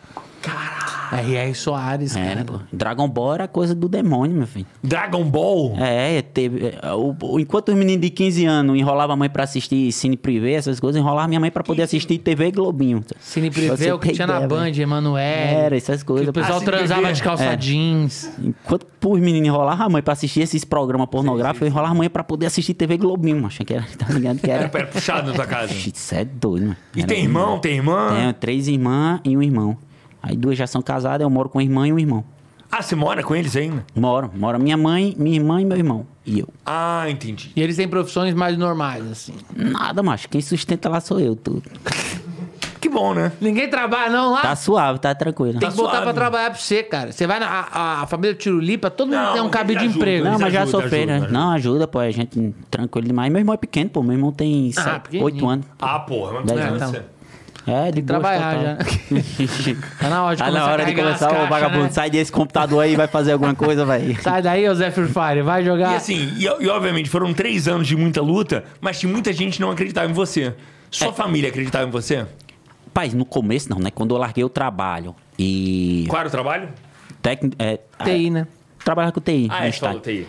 [SPEAKER 1] R.R. Soares,
[SPEAKER 3] Era,
[SPEAKER 1] cara.
[SPEAKER 3] Ah. É, pô. Dragon Ball era coisa do demônio, meu filho.
[SPEAKER 2] Dragon Ball?
[SPEAKER 3] É, teve. é, o- o- enquanto os meninos de 15 anos enrolavam a mãe pra assistir cine privê, essas coisas, enrolava minha mã pra poder assistir TV Globinho.
[SPEAKER 1] Cine
[SPEAKER 3] Você
[SPEAKER 1] Privé, o que
[SPEAKER 3] tem
[SPEAKER 1] tinha na
[SPEAKER 3] ideia,
[SPEAKER 1] Band,
[SPEAKER 3] velho.
[SPEAKER 1] Emanuel.
[SPEAKER 3] Era, essas coisas.
[SPEAKER 1] Que o pessoal
[SPEAKER 2] Ah, Cine
[SPEAKER 1] transava
[SPEAKER 2] Privé.
[SPEAKER 1] de calça
[SPEAKER 3] É.
[SPEAKER 1] jeans.
[SPEAKER 3] Enquanto os meninos enrolavam a mãe pra assistir esses programas pornográficos, eu enrolava a mãe pra poder assistir TV Globinho, macho. Que era, tá ligado? Que
[SPEAKER 2] Era,
[SPEAKER 3] era.
[SPEAKER 2] era puxado na tua casa.
[SPEAKER 3] Isso é doido, mano.
[SPEAKER 2] E
[SPEAKER 3] Era
[SPEAKER 2] tem
[SPEAKER 3] doido.
[SPEAKER 2] irmão, tem irmã?
[SPEAKER 3] Tenho três irmãs e um irmão. Aí duas já são casadas, eu moro com uma irmã e um irmão.
[SPEAKER 2] Ah, você mora com eles ainda?
[SPEAKER 3] Moro, mora minha mãe, minha irmã e meu irmão. E eu.
[SPEAKER 2] Ah, entendi.
[SPEAKER 1] E eles têm profissões mais normais, assim.
[SPEAKER 3] Nada, macho. Quem sustenta lá sou eu, tudo.
[SPEAKER 2] Que bom, né?
[SPEAKER 1] Ninguém trabalha não
[SPEAKER 2] Ah.
[SPEAKER 1] lá?
[SPEAKER 3] Tá suave, tá tranquilo.
[SPEAKER 1] Tem que botar
[SPEAKER 2] suave.
[SPEAKER 1] pra trabalhar pra você, cara. Você vai na a, a família Tirulipa, todo mundo
[SPEAKER 2] Não,
[SPEAKER 1] tem um
[SPEAKER 2] mas
[SPEAKER 1] cabide de
[SPEAKER 2] eles ajudam,
[SPEAKER 1] emprego.
[SPEAKER 3] Não,
[SPEAKER 2] eles
[SPEAKER 3] mas já
[SPEAKER 2] ajuda,
[SPEAKER 3] sofreu, né?
[SPEAKER 2] ajuda, ajuda.
[SPEAKER 3] Não, ajuda, pô. A gente tranquilo demais. Meu irmão é pequeno, pô. Meu irmão tem sete,
[SPEAKER 1] pequenininho.
[SPEAKER 3] oito anos.
[SPEAKER 2] Ah, porra. Mas
[SPEAKER 3] Dez
[SPEAKER 2] não,
[SPEAKER 1] anos.
[SPEAKER 2] você-
[SPEAKER 3] É, de boas
[SPEAKER 1] trabalhar
[SPEAKER 3] já.
[SPEAKER 1] Tá na hora de
[SPEAKER 3] tá
[SPEAKER 1] começar
[SPEAKER 3] na
[SPEAKER 1] a
[SPEAKER 3] hora de
[SPEAKER 1] carregar as
[SPEAKER 3] começar, ô
[SPEAKER 1] caixas,
[SPEAKER 3] vagabundo.
[SPEAKER 1] né?
[SPEAKER 3] Sai desse computador aí, vai fazer alguma coisa, vai.
[SPEAKER 1] Sai daí, ô Zé Firfire, vai jogar.
[SPEAKER 2] E assim, e, e obviamente foram três anos de muita luta, mas que muita gente não acreditava em você.
[SPEAKER 3] É.
[SPEAKER 2] Sua família acreditava em você?
[SPEAKER 3] Pai, no começo não, né? Quando eu larguei o trabalho e.
[SPEAKER 2] Qual era o trabalho?
[SPEAKER 3] Tecni... É,
[SPEAKER 1] TI, né?
[SPEAKER 3] Trabalhava com TI. no
[SPEAKER 2] Ah, é,
[SPEAKER 3] estádio.
[SPEAKER 2] falou TI.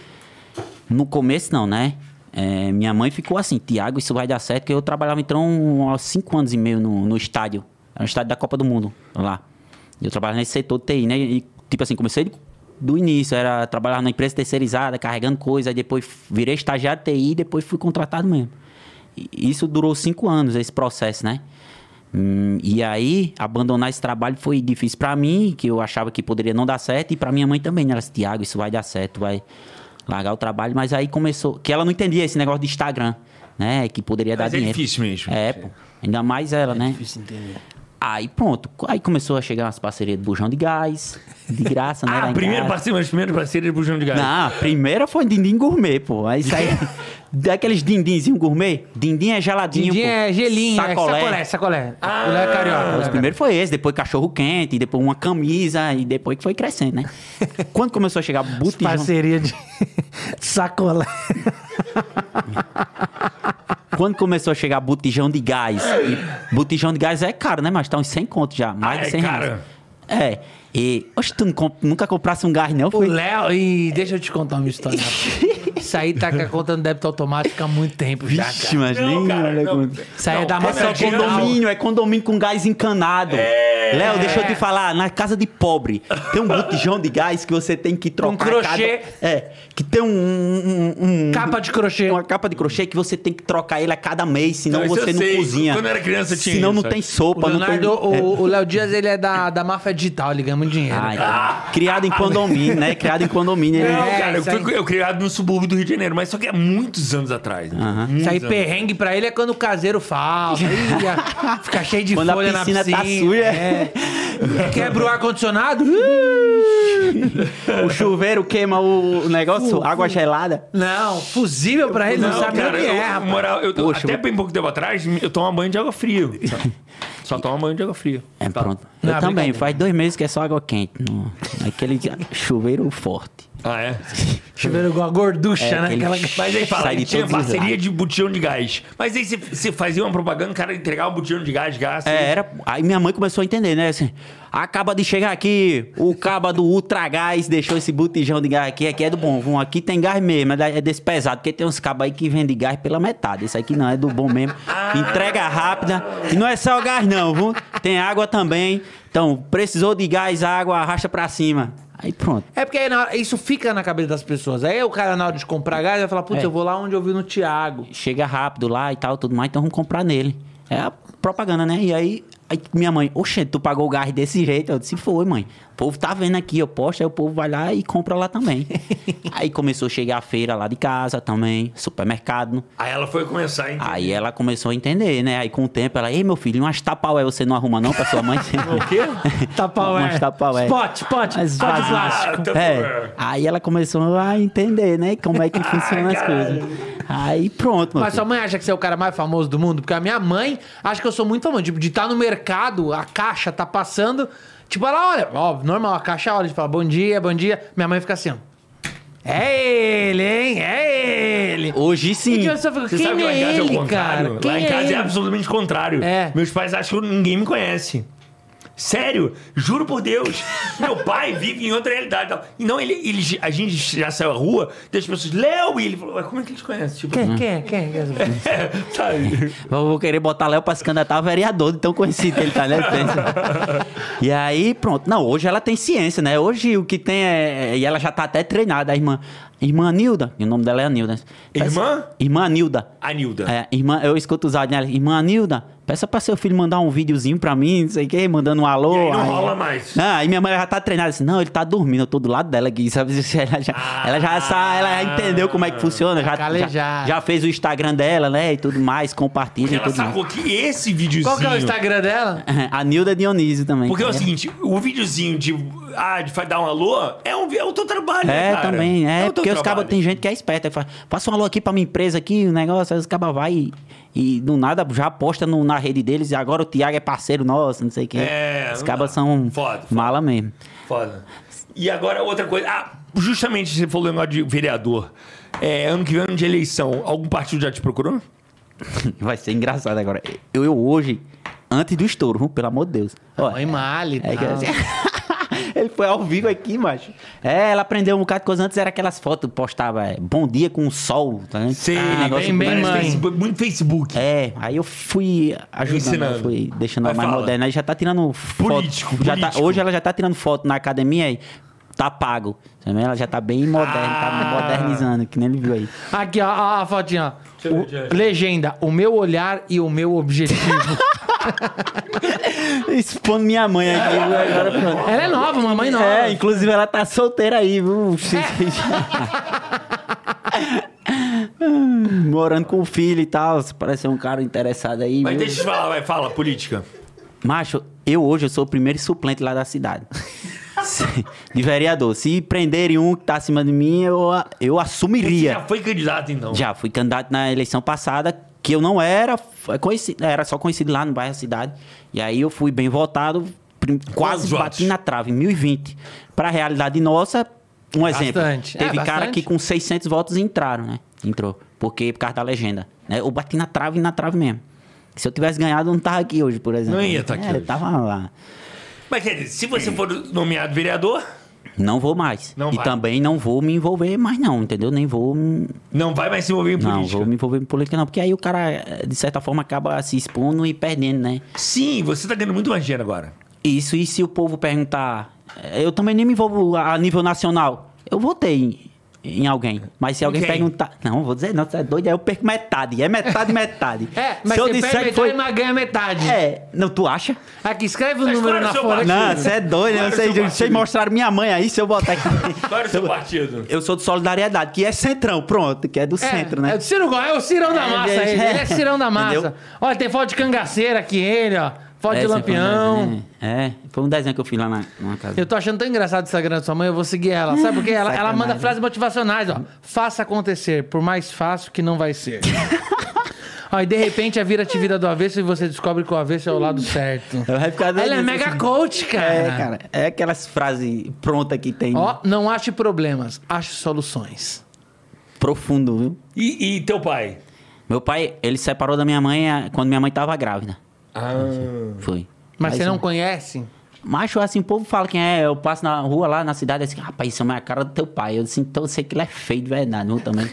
[SPEAKER 3] No começo não, né? É, minha mãe ficou assim, Tiago, isso vai dar certo, que eu trabalhava então há cinco anos e meio no, no estádio. Era o estádio da Copa do Mundo, lá. E Eu trabalhava nesse setor de TI, né? E, tipo assim, comecei do início, era trabalhar na empresa terceirizada, carregando coisa, aí depois virei estagiário de TI, depois fui contratado mesmo. E isso durou cinco anos, esse processo, né? Hum, e aí, abandonar esse trabalho foi difícil pra mim, que eu achava que poderia não dar certo, e pra minha mãe também, né? Ela disse, Tiago, isso vai dar certo, vai largar o trabalho. Mas aí começou... Que ela não entendia esse negócio de Instagram, né? Que poderia
[SPEAKER 2] Mas
[SPEAKER 3] dar
[SPEAKER 2] é
[SPEAKER 3] dinheiro.
[SPEAKER 2] difícil mesmo.
[SPEAKER 3] É, pô. Ainda mais ela, né? difícil entender. Aí pronto, aí começou a chegar umas parcerias do bujão de gás, de graça, né? Lá
[SPEAKER 2] Ah,
[SPEAKER 3] em
[SPEAKER 2] primeiro
[SPEAKER 3] casa.
[SPEAKER 2] parceiro, mas primeiro parceiro de bujão de gás.
[SPEAKER 3] Não, a primeira foi dindim gourmet, pô. Aí saiu daqueles dindinzinhos gourmet. Dindim é geladinho,
[SPEAKER 1] Dindim
[SPEAKER 3] pô.
[SPEAKER 1] é gelinho,
[SPEAKER 3] sacolé.
[SPEAKER 1] é sacolé, sacolé. O Léo é carioca.
[SPEAKER 3] Os
[SPEAKER 1] né?
[SPEAKER 3] primeiros foi esse, depois cachorro quente, depois uma camisa e depois que foi crescendo, né? Quando começou a chegar botijão,
[SPEAKER 1] Parceria de sacolé.
[SPEAKER 3] quando começou a chegar botijão de gás, e botijão de gás é caro, né? Mas tá uns 100 conto já, mais
[SPEAKER 2] Ah,
[SPEAKER 3] de
[SPEAKER 2] é
[SPEAKER 3] 100
[SPEAKER 2] caro?
[SPEAKER 3] reais. É. E, oxe, tu não comp- nunca comprasse um gás, não?
[SPEAKER 1] O
[SPEAKER 3] Foi?
[SPEAKER 1] Léo. Ih, deixa eu te contar uma história. rapaz. Isso aí tá com a conta no débito automático há muito tempo já.
[SPEAKER 3] Vixe,
[SPEAKER 1] Cara.
[SPEAKER 3] mas
[SPEAKER 2] Não,
[SPEAKER 3] nem...
[SPEAKER 2] cara,
[SPEAKER 3] olha
[SPEAKER 2] não.
[SPEAKER 3] como-
[SPEAKER 1] Isso aí é
[SPEAKER 2] Não,
[SPEAKER 1] da
[SPEAKER 2] é
[SPEAKER 3] É
[SPEAKER 1] massa
[SPEAKER 3] só condomínio, é condomínio com gás encanado.
[SPEAKER 2] É.
[SPEAKER 3] Léo, deixa eu te falar, na casa de pobre tem um botijão de gás que você tem que
[SPEAKER 2] Um
[SPEAKER 3] trocar.
[SPEAKER 1] crochê.
[SPEAKER 3] Cada, é, que tem um, um- um- um-
[SPEAKER 1] Capa de crochê.
[SPEAKER 3] uma capa de crochê que você tem que trocar ele a cada mês, senão
[SPEAKER 2] Não,
[SPEAKER 1] Então,
[SPEAKER 2] isso
[SPEAKER 3] você
[SPEAKER 2] eu
[SPEAKER 3] não
[SPEAKER 2] sei.
[SPEAKER 3] cozinha.
[SPEAKER 2] Quando eu era criança, tinha
[SPEAKER 3] Senão
[SPEAKER 2] isso,
[SPEAKER 3] não
[SPEAKER 2] sabe?
[SPEAKER 3] tem
[SPEAKER 1] é assim, O
[SPEAKER 3] sopa,
[SPEAKER 1] Leonardo,
[SPEAKER 3] não tem... É.
[SPEAKER 1] o, o Léo Dias, ele é da, da máfia digital, ele ganha muito dinheiro.
[SPEAKER 3] Ah, então. Criado em condomínio, né? Criado em condomínio. ele-
[SPEAKER 2] Não,
[SPEAKER 1] É,
[SPEAKER 2] cara, eu,
[SPEAKER 1] isso aí.
[SPEAKER 2] fui, eu criado no subúrbio do Rio de Janeiro, mas só que é muitos anos atrás. né? Muitos
[SPEAKER 1] Isso aí,
[SPEAKER 2] anos.
[SPEAKER 1] perrengue pra ele é quando o caseiro falta. Ih, a- fica cheio de
[SPEAKER 3] Quando a
[SPEAKER 1] folha na
[SPEAKER 3] piscina
[SPEAKER 1] piscina.
[SPEAKER 3] tá suja.
[SPEAKER 1] é. Quebra o ar-condicionado.
[SPEAKER 3] O chuveiro queima o o negócio, água gelada.
[SPEAKER 1] Não, fusível pra ele, não,
[SPEAKER 2] Não,
[SPEAKER 1] sabe nem o
[SPEAKER 2] cara,
[SPEAKER 1] que
[SPEAKER 2] eu,
[SPEAKER 1] é,
[SPEAKER 2] eu,
[SPEAKER 1] rapaz.
[SPEAKER 2] moral, eu,
[SPEAKER 3] Poxa,
[SPEAKER 2] até
[SPEAKER 3] mas-
[SPEAKER 2] bem pouco tempo atrás, eu tomo banho de água fria. sabe? Só tomo banho de água fria. Tá.
[SPEAKER 3] É, pronto.
[SPEAKER 1] Tá. Não,
[SPEAKER 3] eu também,
[SPEAKER 1] brincadeira.
[SPEAKER 3] faz dois meses que é só água quente. não. Aquele chuveiro forte.
[SPEAKER 2] Ah, é?
[SPEAKER 1] Chuveiro igual a gorducha,
[SPEAKER 3] É,
[SPEAKER 1] né?
[SPEAKER 3] aquele
[SPEAKER 1] Aquela...
[SPEAKER 2] Mas aí fala,
[SPEAKER 3] Sai de
[SPEAKER 2] tinha
[SPEAKER 3] todos os
[SPEAKER 2] parceria
[SPEAKER 3] lados.
[SPEAKER 2] de botijão de gás. Mas aí você- você fazia uma propaganda, o cara entregava um botijão de gás, gás.
[SPEAKER 3] É, era. Aí minha mãe começou a entender, né? Assim, acaba de chegar aqui, o caba do Ultra Gás deixou esse botijão de gás aqui. Aqui é do bom, vão, aqui tem gás mesmo, é da- é desse pesado, porque tem uns cabas aí que vendem gás pela metade. Isso aqui não, é do bom mesmo. Entrega rápida. E não é só gás, não, viu? Tem água também. Então, precisou de gás, água, arrasta pra cima. Aí pronto.
[SPEAKER 1] É porque aí na hora- isso fica na cabeça das pessoas. Aí o cara, na hora de comprar gás, vai falar, putz,
[SPEAKER 3] É.
[SPEAKER 1] eu vou lá onde eu vi no Thiago.
[SPEAKER 3] chega rápido lá e tal, tudo mais, então vamos comprar nele. É a propaganda, né? E aí, aí minha mãe, oxe, tu pagou o gás desse jeito? Eu disse, foi, mãe. O povo tá vendo aqui, eu posto, aí o povo vai lá e compra lá também. aí começou a chegar a feira lá de casa também, supermercado.
[SPEAKER 2] Aí ela foi começar, hein?
[SPEAKER 3] Aí ela começou a entender, né? Aí com o tempo ela, ei, meu filho, umas tapaué você não arruma não pra sua mãe?
[SPEAKER 1] Tá
[SPEAKER 2] O quê?
[SPEAKER 1] Tapaué.
[SPEAKER 3] Umas
[SPEAKER 2] é.
[SPEAKER 3] tapaué.
[SPEAKER 1] é. Spot, spot.
[SPEAKER 3] Mas
[SPEAKER 1] Spot
[SPEAKER 3] vaso-
[SPEAKER 1] plástico.
[SPEAKER 3] É. Aí ela começou a entender, né? Como é que funcionam as coisas. Aí pronto, meu
[SPEAKER 1] Mas sua
[SPEAKER 3] filho.
[SPEAKER 1] mãe acha que você é o cara mais famoso do mundo? Porque a minha mãe acha que eu sou muito famoso. Tipo, de estar no mercado, a caixa tá passando. Tipo, ela olha, ó, normal, a caixa olha, e fala, bom dia, bom dia. Minha mãe fica assim, ó. É ele, hein? É ele.
[SPEAKER 3] Hoje
[SPEAKER 1] E
[SPEAKER 3] sim.
[SPEAKER 1] eu só fico,
[SPEAKER 2] Você
[SPEAKER 1] quem
[SPEAKER 2] sabe que lá em
[SPEAKER 1] é
[SPEAKER 2] casa é o
[SPEAKER 1] ele,
[SPEAKER 2] contrário.
[SPEAKER 1] cara? Quem
[SPEAKER 2] lá em casa é,
[SPEAKER 1] ele?
[SPEAKER 2] absolutamente o contrário.
[SPEAKER 1] É.
[SPEAKER 2] Meus pais acham que ninguém me conhece. Sério, juro por Deus. Meu pai vive em outra realidade. e tal. E não, ele, ele- a gente já saiu à rua, tem as pessoas, Léo, e ele falou, "Ué, como é que eles conhecem? Tipo,
[SPEAKER 3] Né?
[SPEAKER 1] Quem, quem é? Quem é?
[SPEAKER 2] é, sabe?
[SPEAKER 3] Eu vou querer botar Léo pra se candidatar a vereador, de tão conhecido que ele tá, né? Pensa. e aí, pronto. Não, hoje ela tem ciência, né? Hoje o que tem é. E ela já tá até treinada, a irmã. Irmã Nilda, e o nome dela é Anilda.
[SPEAKER 2] Irmã? Tá.
[SPEAKER 3] Irmã Nilda.
[SPEAKER 2] A Nilda.
[SPEAKER 3] É, irmã, eu escuto os áudios dela. Irmã Nilda, peça pra seu filho mandar um videozinho pra mim, não sei o quê, mandando um alô.
[SPEAKER 2] E aí não
[SPEAKER 1] é.
[SPEAKER 2] rola mais.
[SPEAKER 3] Não, aí minha mãe já tá treinada assim, não, ele tá dormindo, eu tô do lado dela aqui, sabe? Ela já, ela já sabe, ela já entendeu como é que funciona, já, já,
[SPEAKER 1] Calejada.
[SPEAKER 3] já fez o Instagram dela, né? E tudo mais, compartilha e
[SPEAKER 2] Ela
[SPEAKER 3] tudo mais.
[SPEAKER 2] sacou que esse videozinho...
[SPEAKER 1] Qual que é o Instagram dela?
[SPEAKER 3] A Nilda Dionísio também.
[SPEAKER 2] Porque é o seguinte, o videozinho de, ah, de dar um alô é, um, é o teu trabalho, né,
[SPEAKER 3] É,
[SPEAKER 2] cara?
[SPEAKER 3] também, é,
[SPEAKER 2] o teu
[SPEAKER 3] porque os cabos
[SPEAKER 2] trabalho.
[SPEAKER 3] tem gente que é esperta. aí Fala, Passa um alô aqui pra minha empresa aqui, o negócio, aí os cabos vai e, e do nada já aposta no- na rede deles e agora o Tiago é parceiro nosso, não sei o quê.
[SPEAKER 2] É,
[SPEAKER 3] os
[SPEAKER 2] não
[SPEAKER 3] cabos
[SPEAKER 2] dá.
[SPEAKER 3] são
[SPEAKER 2] Foda, foda.
[SPEAKER 3] mala mesmo.
[SPEAKER 2] Foda. E agora outra coisa. Ah, justamente você falou um negócio de vereador. É, ano que vem, ano de eleição, algum partido já te procurou?
[SPEAKER 3] Vai ser engraçado agora. Eu, eu hoje, antes do estouro, viu? pelo amor de Deus. Ó,
[SPEAKER 1] Mãe Mali.
[SPEAKER 3] É que- assim,
[SPEAKER 1] tal.
[SPEAKER 3] Ele foi ao vivo aqui, macho. É, ela aprendeu um bocado de coisa. Antes era aquelas fotos que postava é, bom dia com o sol. Tá ligado?
[SPEAKER 1] Ah,
[SPEAKER 3] Aquele negócio
[SPEAKER 1] bem, bem,
[SPEAKER 3] parece-
[SPEAKER 2] parece
[SPEAKER 1] mãe.
[SPEAKER 2] Facebook, muito Facebook.
[SPEAKER 3] É, aí eu fui ajudando,
[SPEAKER 2] Ensinando.
[SPEAKER 3] eu fui deixando ela
[SPEAKER 2] Mas
[SPEAKER 3] mais
[SPEAKER 2] fala.
[SPEAKER 3] moderna. Aí já tá tirando foto.
[SPEAKER 2] Político,
[SPEAKER 3] já tá-
[SPEAKER 2] político.
[SPEAKER 3] hoje ela já tá tirando foto na academia aí. Tá pago. Também Ela já tá bem moderna,
[SPEAKER 2] Ah.
[SPEAKER 3] tá modernizando, que nem ele viu aí.
[SPEAKER 1] Aqui, ó, ó a fotinha. ó.
[SPEAKER 2] eu ver
[SPEAKER 1] O-
[SPEAKER 2] de onde.
[SPEAKER 1] legenda, o meu olhar e o meu objetivo.
[SPEAKER 3] Expondo minha mãe aqui. viu? Agora, pronto.
[SPEAKER 1] Ela é nova, mamãe nova.
[SPEAKER 3] É, inclusive ela tá solteira aí, viu?
[SPEAKER 2] É.
[SPEAKER 3] Morando com o filho e tal, você parece ser um cara interessado aí.
[SPEAKER 2] Mas
[SPEAKER 3] viu?
[SPEAKER 2] deixa eu te falar, vai, fala, política.
[SPEAKER 3] Macho, eu hoje eu sou o primeiro suplente lá da cidade. Se- De vereador. Se prenderem um que tá acima de mim, eu, a- eu
[SPEAKER 2] Você já
[SPEAKER 3] assumiria.
[SPEAKER 2] foi candidato, então.
[SPEAKER 3] Já fui candidato na eleição passada, que eu não era f- conhecido, era só conhecido lá no bairro da cidade. E aí eu fui bem votado, prim- quase
[SPEAKER 2] votos?
[SPEAKER 3] bati na trave, 1020. Pra realidade nossa, um exemplo.
[SPEAKER 1] Bastante. É,
[SPEAKER 3] Teve cara
[SPEAKER 1] bastante.
[SPEAKER 3] que com 600 votos entraram, né? Entrou. Porque por causa da legenda. Né? Eu bati na trave, na trave mesmo. Se eu tivesse ganhado, eu não tava aqui hoje, por exemplo.
[SPEAKER 2] Não ia tá aqui
[SPEAKER 3] É, eu
[SPEAKER 2] hoje.
[SPEAKER 3] tava lá.
[SPEAKER 2] Mas quer dizer, se você for nomeado vereador,
[SPEAKER 3] Não vou mais.
[SPEAKER 2] Não
[SPEAKER 3] e
[SPEAKER 2] vai.
[SPEAKER 3] também não vou me envolver mais, não, entendeu? Nem vou. me-
[SPEAKER 2] não vai mais se envolver em
[SPEAKER 3] Não,
[SPEAKER 2] política.
[SPEAKER 3] vou me envolver em política, não. Porque aí o cara, eh, de certa forma, acaba se expondo e perdendo, né?
[SPEAKER 2] Sim, você tá ganhando muito mais dinheiro agora.
[SPEAKER 3] Isso, e se o povo perguntar. eh, Eu também nem me envolvo a a nível nacional. Eu votei em, em alguém. Mas se alguém
[SPEAKER 2] quem?
[SPEAKER 3] perguntar. Não, vou dizer, não, você é doido, aí eu perco metade. É metade, metade.
[SPEAKER 1] É, mas
[SPEAKER 3] se eu
[SPEAKER 1] você perde
[SPEAKER 3] disser que
[SPEAKER 1] metade,
[SPEAKER 3] foi.
[SPEAKER 1] mas ganha metade.
[SPEAKER 3] É, não, tu acha?
[SPEAKER 1] Aqui, escreve o
[SPEAKER 2] Mas
[SPEAKER 1] número
[SPEAKER 2] fora
[SPEAKER 1] na
[SPEAKER 2] do seu
[SPEAKER 1] folha.
[SPEAKER 2] partido.
[SPEAKER 1] aqui.
[SPEAKER 3] Não, você é doido,
[SPEAKER 2] Claro,
[SPEAKER 3] eu sei,
[SPEAKER 2] seu
[SPEAKER 3] vocês
[SPEAKER 2] partido.
[SPEAKER 3] mostraram minha mãe aí, se eu botar aqui.
[SPEAKER 2] Qual era o seu
[SPEAKER 3] Então-
[SPEAKER 2] partido?
[SPEAKER 3] Eu sou de Solidariedade, que é centrão, pronto, que é do
[SPEAKER 1] É,
[SPEAKER 3] centro, né?
[SPEAKER 1] É, o Ciro Gomes, é o Cirão da
[SPEAKER 3] É,
[SPEAKER 1] Massa
[SPEAKER 3] gente,
[SPEAKER 1] ele.
[SPEAKER 3] é.
[SPEAKER 1] Ele é Cirão da Massa.
[SPEAKER 3] Entendeu?
[SPEAKER 1] Olha, tem foto de cangaceira aqui, ele, ó. Foto
[SPEAKER 3] É,
[SPEAKER 1] de
[SPEAKER 3] esse foi um
[SPEAKER 1] lampião.
[SPEAKER 3] desenho, É, É, foi um desenho que eu fiz lá na, numa casa.
[SPEAKER 1] Eu tô achando tão engraçado o Instagram da sua mãe, eu vou seguir ela. Sabe por quê? Ela, ela
[SPEAKER 3] Sacanagem.
[SPEAKER 1] manda frases motivacionais, ó. Faça acontecer, por mais fácil que não vai ser. Aí, de repente, a vira te vira do avesso e você descobre que o avesso é o lado certo.
[SPEAKER 3] Eu vai ficar doido,
[SPEAKER 1] Ela é
[SPEAKER 3] assim.
[SPEAKER 1] mega coach, cara.
[SPEAKER 3] É, cara, é aquelas frases prontas que tem.
[SPEAKER 1] Ó, não ache problemas, ache soluções.
[SPEAKER 3] Profundo, viu?
[SPEAKER 2] E, e teu pai?
[SPEAKER 3] Meu pai, ele separou da minha mãe eh, quando minha mãe tava grávida.
[SPEAKER 2] Ah.
[SPEAKER 3] Foi.
[SPEAKER 1] Mas você não
[SPEAKER 3] eu-
[SPEAKER 1] conhece?
[SPEAKER 3] Macho, assim, o povo fala quem é. Eu passo na rua lá na cidade, assim, rapaz, isso é a cara do teu pai. Eu disse, então eu sei que ele é feio de verdade, não também.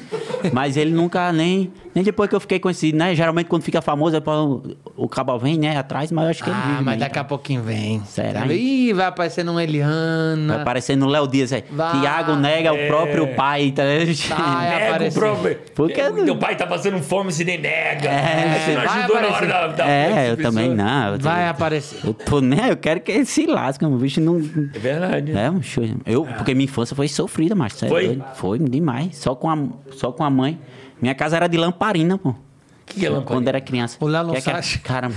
[SPEAKER 3] Mas ele nunca nem. Nem depois que eu fiquei conhecido, né? Geralmente quando fica famoso, é pra- o, o cabal vem, né? Atrás, mas eu acho que ele
[SPEAKER 1] Ah,
[SPEAKER 3] vive.
[SPEAKER 1] mas
[SPEAKER 3] bem.
[SPEAKER 1] daqui a pouquinho vem.
[SPEAKER 3] Será,
[SPEAKER 1] Tá vendo? Ih, vai aparecendo um Eliana.
[SPEAKER 3] Vai aparecendo o Léo Dias aí.
[SPEAKER 1] Vai.
[SPEAKER 3] Tiago nega
[SPEAKER 2] É.
[SPEAKER 3] o próprio pai, tá
[SPEAKER 1] Vai
[SPEAKER 3] ligado?
[SPEAKER 2] Nega o
[SPEAKER 1] aparecer.
[SPEAKER 2] problema.
[SPEAKER 3] Porque-
[SPEAKER 2] É, o Teu pai tá passando fome, se nem nega.
[SPEAKER 3] É,
[SPEAKER 2] Você não
[SPEAKER 1] vai
[SPEAKER 2] ajudou na hora
[SPEAKER 1] aparecer.
[SPEAKER 2] da, da
[SPEAKER 3] É, eu
[SPEAKER 2] pessoa.
[SPEAKER 3] também não. Eu
[SPEAKER 1] Vai
[SPEAKER 3] tô-
[SPEAKER 1] aparecer.
[SPEAKER 3] Eu tô, né? Eu quero que ele se lasque, o bicho não.
[SPEAKER 2] É verdade.
[SPEAKER 3] É, um show. Eu, porque minha infância foi sofrida, macho. sério,
[SPEAKER 2] Ah. Foi?
[SPEAKER 3] doido. Foi demais. Só com, a, só com a mãe. Minha casa era de lamparina, pô.
[SPEAKER 2] O que, que é lamparina?
[SPEAKER 3] Quando era criança.
[SPEAKER 1] O Lalo
[SPEAKER 3] Que é que era-
[SPEAKER 1] Sassi.
[SPEAKER 3] Caramba.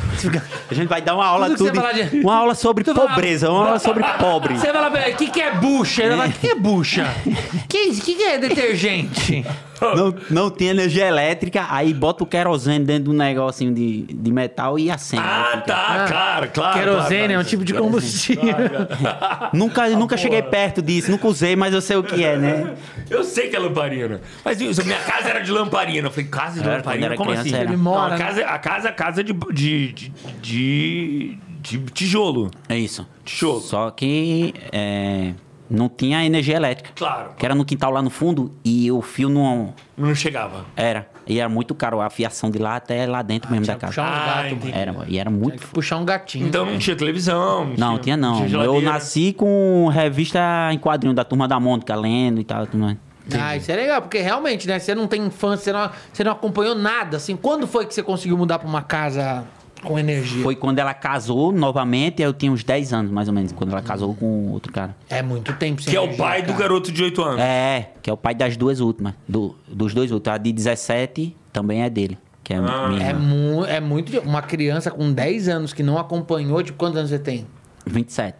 [SPEAKER 3] A gente vai dar uma aula
[SPEAKER 1] Tudo que
[SPEAKER 3] tudo.
[SPEAKER 1] você falar de-
[SPEAKER 3] Uma aula sobre
[SPEAKER 1] Tu fala-
[SPEAKER 3] pobreza, uma aula sobre pobre.
[SPEAKER 1] Você fala pra ela, o que, que é bucha? Ela fala, o que, que é bucha? O que, que, que é detergente?
[SPEAKER 3] Não, não tinha energia elétrica, aí bota o querosene dentro de um negocinho de, de metal e acende.
[SPEAKER 2] Ah, tá, claro, claro.
[SPEAKER 1] Querosene é um
[SPEAKER 2] claro,
[SPEAKER 1] tipo de
[SPEAKER 2] claro.
[SPEAKER 1] combustível.
[SPEAKER 3] Nunca, nunca
[SPEAKER 2] porra.
[SPEAKER 3] cheguei perto disso, nunca usei, mas eu sei o que é, né?
[SPEAKER 2] Eu sei que é lamparina. Mas isso, minha casa era de lamparina. Eu falei, casa de
[SPEAKER 3] Era, quando
[SPEAKER 2] lamparina?
[SPEAKER 3] era
[SPEAKER 2] Como
[SPEAKER 3] criança
[SPEAKER 2] assim?
[SPEAKER 3] era. Ele
[SPEAKER 1] mora,
[SPEAKER 2] a, casa, a casa, a casa de, de, de, de- de tijolo.
[SPEAKER 3] É isso.
[SPEAKER 2] Tijolo.
[SPEAKER 3] Só que é, não tinha energia elétrica.
[SPEAKER 2] Claro.
[SPEAKER 3] Que era no quintal lá no fundo e o fio não.
[SPEAKER 2] Não chegava.
[SPEAKER 3] Era. E era muito caro a fiação de lá até lá dentro mesmo da
[SPEAKER 1] Tinha que puxar
[SPEAKER 3] casa.
[SPEAKER 1] uns
[SPEAKER 2] Ah,
[SPEAKER 1] gatos, mano.
[SPEAKER 2] entendi.
[SPEAKER 3] Era, um mano, e era muito.
[SPEAKER 1] Puxar um gatinho.
[SPEAKER 2] Então não tinha televisão.
[SPEAKER 3] Não, tinha não. Eu
[SPEAKER 2] geladeira.
[SPEAKER 3] nasci com revista em quadrinho da Turma da Mônica, lendo e tal. tudo mais.
[SPEAKER 1] ah, isso é legal, porque realmente, né? Você não tem infância, você não, você não acompanhou nada. Assim, quando foi que você conseguiu mudar pra uma casa com energia?
[SPEAKER 3] Foi quando ela casou novamente, eu tinha uns 10 anos, mais ou menos, quando ela casou com outro cara.
[SPEAKER 1] É muito tempo sem
[SPEAKER 2] Que é o
[SPEAKER 1] energia,
[SPEAKER 2] pai do
[SPEAKER 1] cara.
[SPEAKER 2] garoto de 8 anos.
[SPEAKER 3] É, que é o pai das duas últimas. do- dos dois últimos. A de 17 também é dele. Que é minha
[SPEAKER 1] É,
[SPEAKER 3] irmã.
[SPEAKER 1] mu é muito. de- Uma criança com 10 anos que não acompanhou, tipo, quantos anos você tem?
[SPEAKER 3] 27.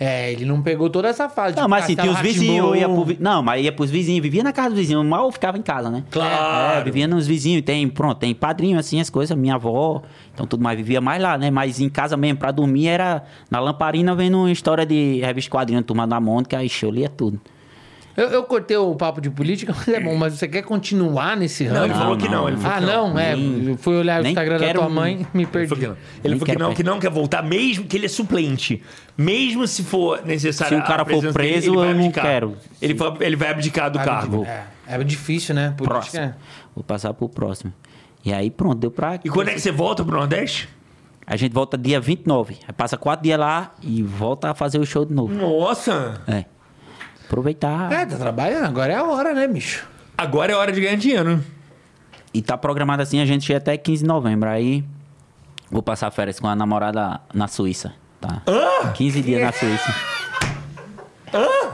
[SPEAKER 1] É, ele não pegou toda essa fase.
[SPEAKER 3] Não,
[SPEAKER 1] tipo,
[SPEAKER 3] mas assim, tinha
[SPEAKER 1] Castelo
[SPEAKER 3] os vizinhos, eu ia
[SPEAKER 1] Rá-Tim-Bum.
[SPEAKER 3] pro, vi- não, mas ia pros vizinhos, vivia na casa do vizinho, mal eu ficava em casa, né?
[SPEAKER 2] Claro.
[SPEAKER 3] É, vivia nos vizinhos, tem, pronto, tem padrinho, assim, as coisas, minha avó, então tudo mais, vivia mais lá, né? Mas em casa mesmo, pra dormir, era na lamparina, vendo uma história de revista quadrinho, Turma da Mônica, aí eu lia tudo.
[SPEAKER 1] Eu, eu cortei o papo de política, mas é bom. Mas você quer continuar nesse
[SPEAKER 2] Não, ele
[SPEAKER 1] ramo?
[SPEAKER 2] falou que não.
[SPEAKER 3] não.
[SPEAKER 2] Ele falou
[SPEAKER 1] Ah,
[SPEAKER 2] que não.
[SPEAKER 1] não, é.
[SPEAKER 3] Nem-
[SPEAKER 1] eu fui olhar o
[SPEAKER 3] nem
[SPEAKER 1] Instagram da
[SPEAKER 3] quero
[SPEAKER 1] tua
[SPEAKER 3] um-
[SPEAKER 1] mãe, me
[SPEAKER 2] Ele
[SPEAKER 1] perdi.
[SPEAKER 2] falou que não. Ele
[SPEAKER 3] Nem
[SPEAKER 2] falou que
[SPEAKER 3] quero
[SPEAKER 2] não,
[SPEAKER 3] pai.
[SPEAKER 2] que não quer voltar, mesmo que ele é suplente. Mesmo se for necessário.
[SPEAKER 3] Se o cara
[SPEAKER 2] a presença
[SPEAKER 3] for preso,
[SPEAKER 2] vai
[SPEAKER 3] eu não
[SPEAKER 2] abdicar.
[SPEAKER 3] quero.
[SPEAKER 2] Ele, fa- ele vai abdicar do cargo.
[SPEAKER 1] É, é difícil, né?
[SPEAKER 3] Próximo.
[SPEAKER 1] Política.
[SPEAKER 3] Vou passar pro próximo. E aí, pronto, deu pra.
[SPEAKER 2] é? E quando é que você volta pro Nordeste?
[SPEAKER 3] A gente volta dia 29. Aí passa quatro dias lá e volta a fazer o show de novo.
[SPEAKER 2] Nossa!
[SPEAKER 3] É. Aproveitar.
[SPEAKER 1] É, tá trabalhando, agora é a hora, né, bicho?
[SPEAKER 2] Agora é hora de ganhar dinheiro.
[SPEAKER 3] E tá programado assim, a gente chega até 15 de novembro. Aí vou passar férias com a namorada na Suíça. Tá? 15 dias na Suíça.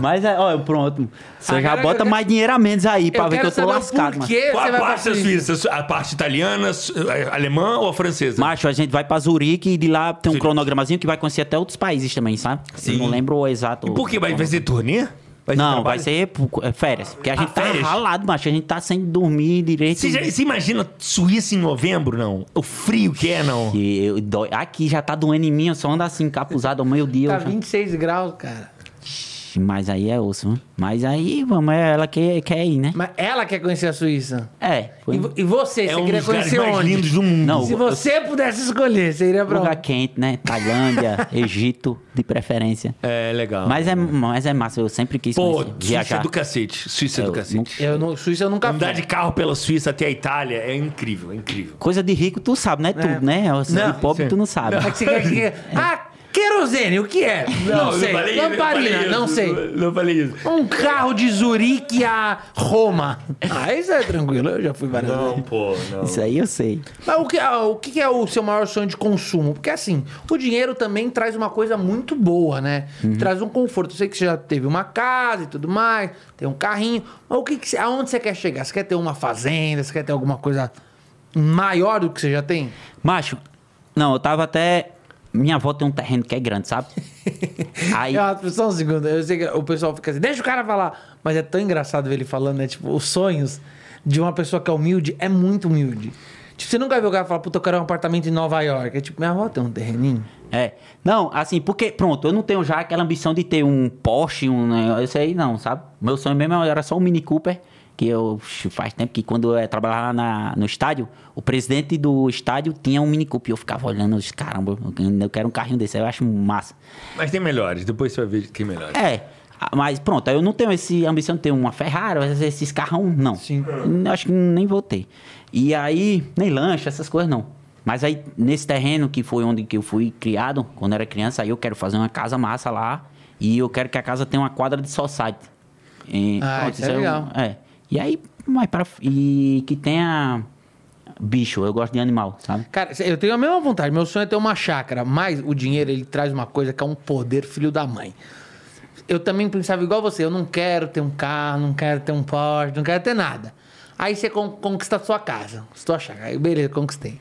[SPEAKER 3] Mas é, olha, pronto. Você já
[SPEAKER 1] Agora eu
[SPEAKER 3] bota
[SPEAKER 1] quero-
[SPEAKER 3] mais dinheiro a menos aí pra ver que eu tô lascado,
[SPEAKER 1] Por
[SPEAKER 3] mano.
[SPEAKER 1] que
[SPEAKER 2] Qual
[SPEAKER 1] você vai
[SPEAKER 2] a
[SPEAKER 1] pra
[SPEAKER 2] parte da
[SPEAKER 1] Suíça?
[SPEAKER 2] Suíça? A parte italiana, su- a- alemã ou a francesa?
[SPEAKER 3] Macho, a gente vai pra Zurique e de lá tem um
[SPEAKER 2] Zurique.
[SPEAKER 3] cronogramazinho que vai conhecer até outros países também, sabe? Eu não lembro o exato.
[SPEAKER 2] E por quê? Vai, vai ser turnê? Vai ser
[SPEAKER 3] não,
[SPEAKER 2] trabalho? Ah,
[SPEAKER 3] vai ser pu- é, férias. Porque a gente tá
[SPEAKER 2] férias?
[SPEAKER 3] ralado, macho. A gente tá sem dormir direito.
[SPEAKER 2] Você, já- você imagina Suíça em novembro, não? O frio que é, não?
[SPEAKER 3] E eu dói- Aqui já tá doendo em mim, eu só ando assim, encapuzado ao meio-dia. eu
[SPEAKER 1] Tá
[SPEAKER 3] já-
[SPEAKER 1] 26 graus, cara.
[SPEAKER 3] Ixi, Mas aí é osso, viu? Mas aí, vamos, é ela que quer ir, né?
[SPEAKER 1] Mas ela quer conhecer a Suíça.
[SPEAKER 3] É. Foi
[SPEAKER 1] E, vo- e você,
[SPEAKER 2] É
[SPEAKER 1] você
[SPEAKER 2] um
[SPEAKER 1] queria
[SPEAKER 2] dos lugares
[SPEAKER 1] conhecer
[SPEAKER 2] mais
[SPEAKER 1] onde?
[SPEAKER 2] lindos do mundo. Um
[SPEAKER 3] Não,
[SPEAKER 1] Se você pudesse escolher, você iria pra
[SPEAKER 3] lugar
[SPEAKER 1] onde?
[SPEAKER 3] quente, né? Tailândia, Egito, de preferência.
[SPEAKER 2] É legal.
[SPEAKER 3] Mas é, mas é massa, eu sempre quis
[SPEAKER 2] Pô,
[SPEAKER 3] conhecer,
[SPEAKER 2] Suíça é
[SPEAKER 3] viajar.
[SPEAKER 2] do cacete. Suíça é do
[SPEAKER 3] Eu
[SPEAKER 2] cacete.
[SPEAKER 1] Eu não, Suíça eu nunca
[SPEAKER 2] Andar
[SPEAKER 1] fui.
[SPEAKER 2] Um de carro pela Suíça até a Itália é incrível, é incrível.
[SPEAKER 3] Coisa de rico, tu sabe, né? Tudo, né? Assim,
[SPEAKER 2] Não,
[SPEAKER 3] de pobre,
[SPEAKER 2] sim.
[SPEAKER 3] tu não sabe.
[SPEAKER 1] Mas você quer que... Ah, querosene, o que é? Não, sei.
[SPEAKER 2] falei- eu
[SPEAKER 1] Lamparina,
[SPEAKER 2] falei isso,
[SPEAKER 1] não sei.
[SPEAKER 2] Não, não falei isso.
[SPEAKER 1] Um carro de Zurique a Roma. Ah, isso é tranquilo, eu já fui várias vezes.
[SPEAKER 2] Não, pô, não.
[SPEAKER 3] Isso aí eu sei.
[SPEAKER 1] Mas o que, ah, o que é o seu maior sonho de consumo? Porque assim, o dinheiro também traz uma coisa muito boa, né? Traz um conforto. Eu sei que você já teve uma casa e tudo mais, tem um carrinho. Mas o que, que você- aonde você quer chegar? Você quer ter uma fazenda? Você quer ter alguma coisa maior do que você já tem?
[SPEAKER 3] Macho, não, eu tava até. Minha avó tem um terreno que é grande, sabe? Aí.
[SPEAKER 1] Eu, só um segundo, eu sei que o pessoal fica assim, deixa o cara falar. Mas é tão engraçado ver ele falando, né? Tipo, os sonhos de uma pessoa que é humilde é muito humilde. Tipo, você nunca viu o cara falar, puta, eu quero um apartamento em Nova York. É tipo, minha avó tem um terreninho.
[SPEAKER 3] É. Não, assim, porque, pronto, eu não tenho já aquela ambição de ter um Porsche, um negócio, isso aí não, sabe? Meu sonho mesmo era só um Mini Cooper, que eu ixi, faz tempo que quando eu eh, trabalhava lá na, no estádio, o presidente do estádio tinha um Mini Cooper. Eu ficava olhando, os caramba, eu quero um carrinho desse, aí eu acho massa.
[SPEAKER 2] Mas tem melhores, depois você vai ver que tem melhores.
[SPEAKER 3] É, ah, mas pronto, eu não tenho esse a ambição de ter uma Ferrari, esses carrão, não.
[SPEAKER 1] Sim.
[SPEAKER 3] Hum, Acho que nem vou ter. E aí, nem lancha, essas coisas não. Mas aí, nesse terreno que foi onde que eu fui criado, quando era criança, aí eu quero fazer uma casa massa lá. E eu quero que a casa tenha uma quadra de society. E,
[SPEAKER 1] Ah, isso é
[SPEAKER 3] um-
[SPEAKER 1] legal.
[SPEAKER 3] é. E aí, mais pra... E que tenha bicho, eu gosto de animal, sabe?
[SPEAKER 1] Cara, eu tenho a mesma vontade. Meu sonho é ter uma chácara, mas o dinheiro ele traz uma coisa que é um poder filho da mãe. Eu também pensava igual você, eu não quero ter um carro, não quero ter um Porsche, não quero ter nada. Aí você con- conquista a sua casa, sua chácara. Aí, beleza, conquistei.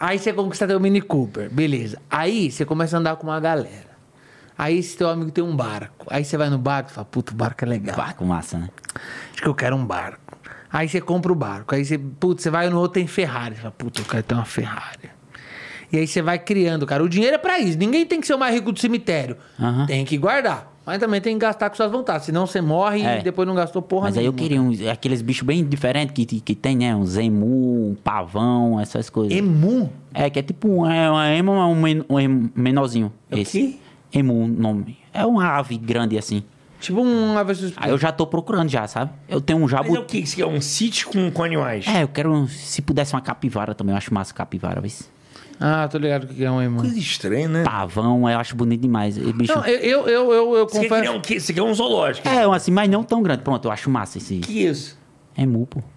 [SPEAKER 1] Aí você conquista teu Mini Cooper, beleza. Aí você começa a andar com uma galera. Aí esse teu amigo tem um barco. Aí você vai no barco e fala, puta, o barco é legal.
[SPEAKER 3] Barco massa, né?
[SPEAKER 1] Acho que eu quero um barco. Aí você compra o barco. Aí você, putz, você vai no outro tem Ferrari. Você fala, puta, eu quero ter uma Ferrari. E aí você vai criando, cara. O dinheiro é pra isso. Ninguém tem que ser o mais rico do cemitério.
[SPEAKER 3] Aham.
[SPEAKER 1] Tem que guardar. Mas também tem que gastar com suas vontades. Senão você morre
[SPEAKER 3] É.
[SPEAKER 1] e depois não gastou porra
[SPEAKER 3] Mas aí eu
[SPEAKER 1] nenhuma. né?
[SPEAKER 3] queria uns, é aqueles bichos bem diferentes que, que tem, né? Um emu, um pavão, essas coisas.
[SPEAKER 1] Emu?
[SPEAKER 3] É, que é tipo um, é uma emo, é um, men, um emo menorzinho.
[SPEAKER 1] É o
[SPEAKER 3] esse. Emu, o nome. É uma ave grande assim.
[SPEAKER 1] Tipo um avestruz.
[SPEAKER 3] Aí eu já tô procurando já, sabe? Eu tenho um
[SPEAKER 2] Mas é o
[SPEAKER 3] jabuti.
[SPEAKER 2] que? Isso é um sítio com, com animais.
[SPEAKER 3] É, eu quero, um- se pudesse uma capivara também, eu acho massa capivara, vê se-
[SPEAKER 1] Ah, tô ligado o que é um emu.
[SPEAKER 2] Coisa estranha, né?
[SPEAKER 3] Pavão, eu acho bonito demais. E bicho.
[SPEAKER 1] Não, eu, eu, eu, eu, eu
[SPEAKER 2] Você quer criar
[SPEAKER 1] confesso.
[SPEAKER 2] um quê? Você quer um zoológico.
[SPEAKER 3] É, eu, assim, mas não tão grande. Pronto, eu acho massa esse
[SPEAKER 2] Que isso?
[SPEAKER 3] emu, pô.
[SPEAKER 2] um-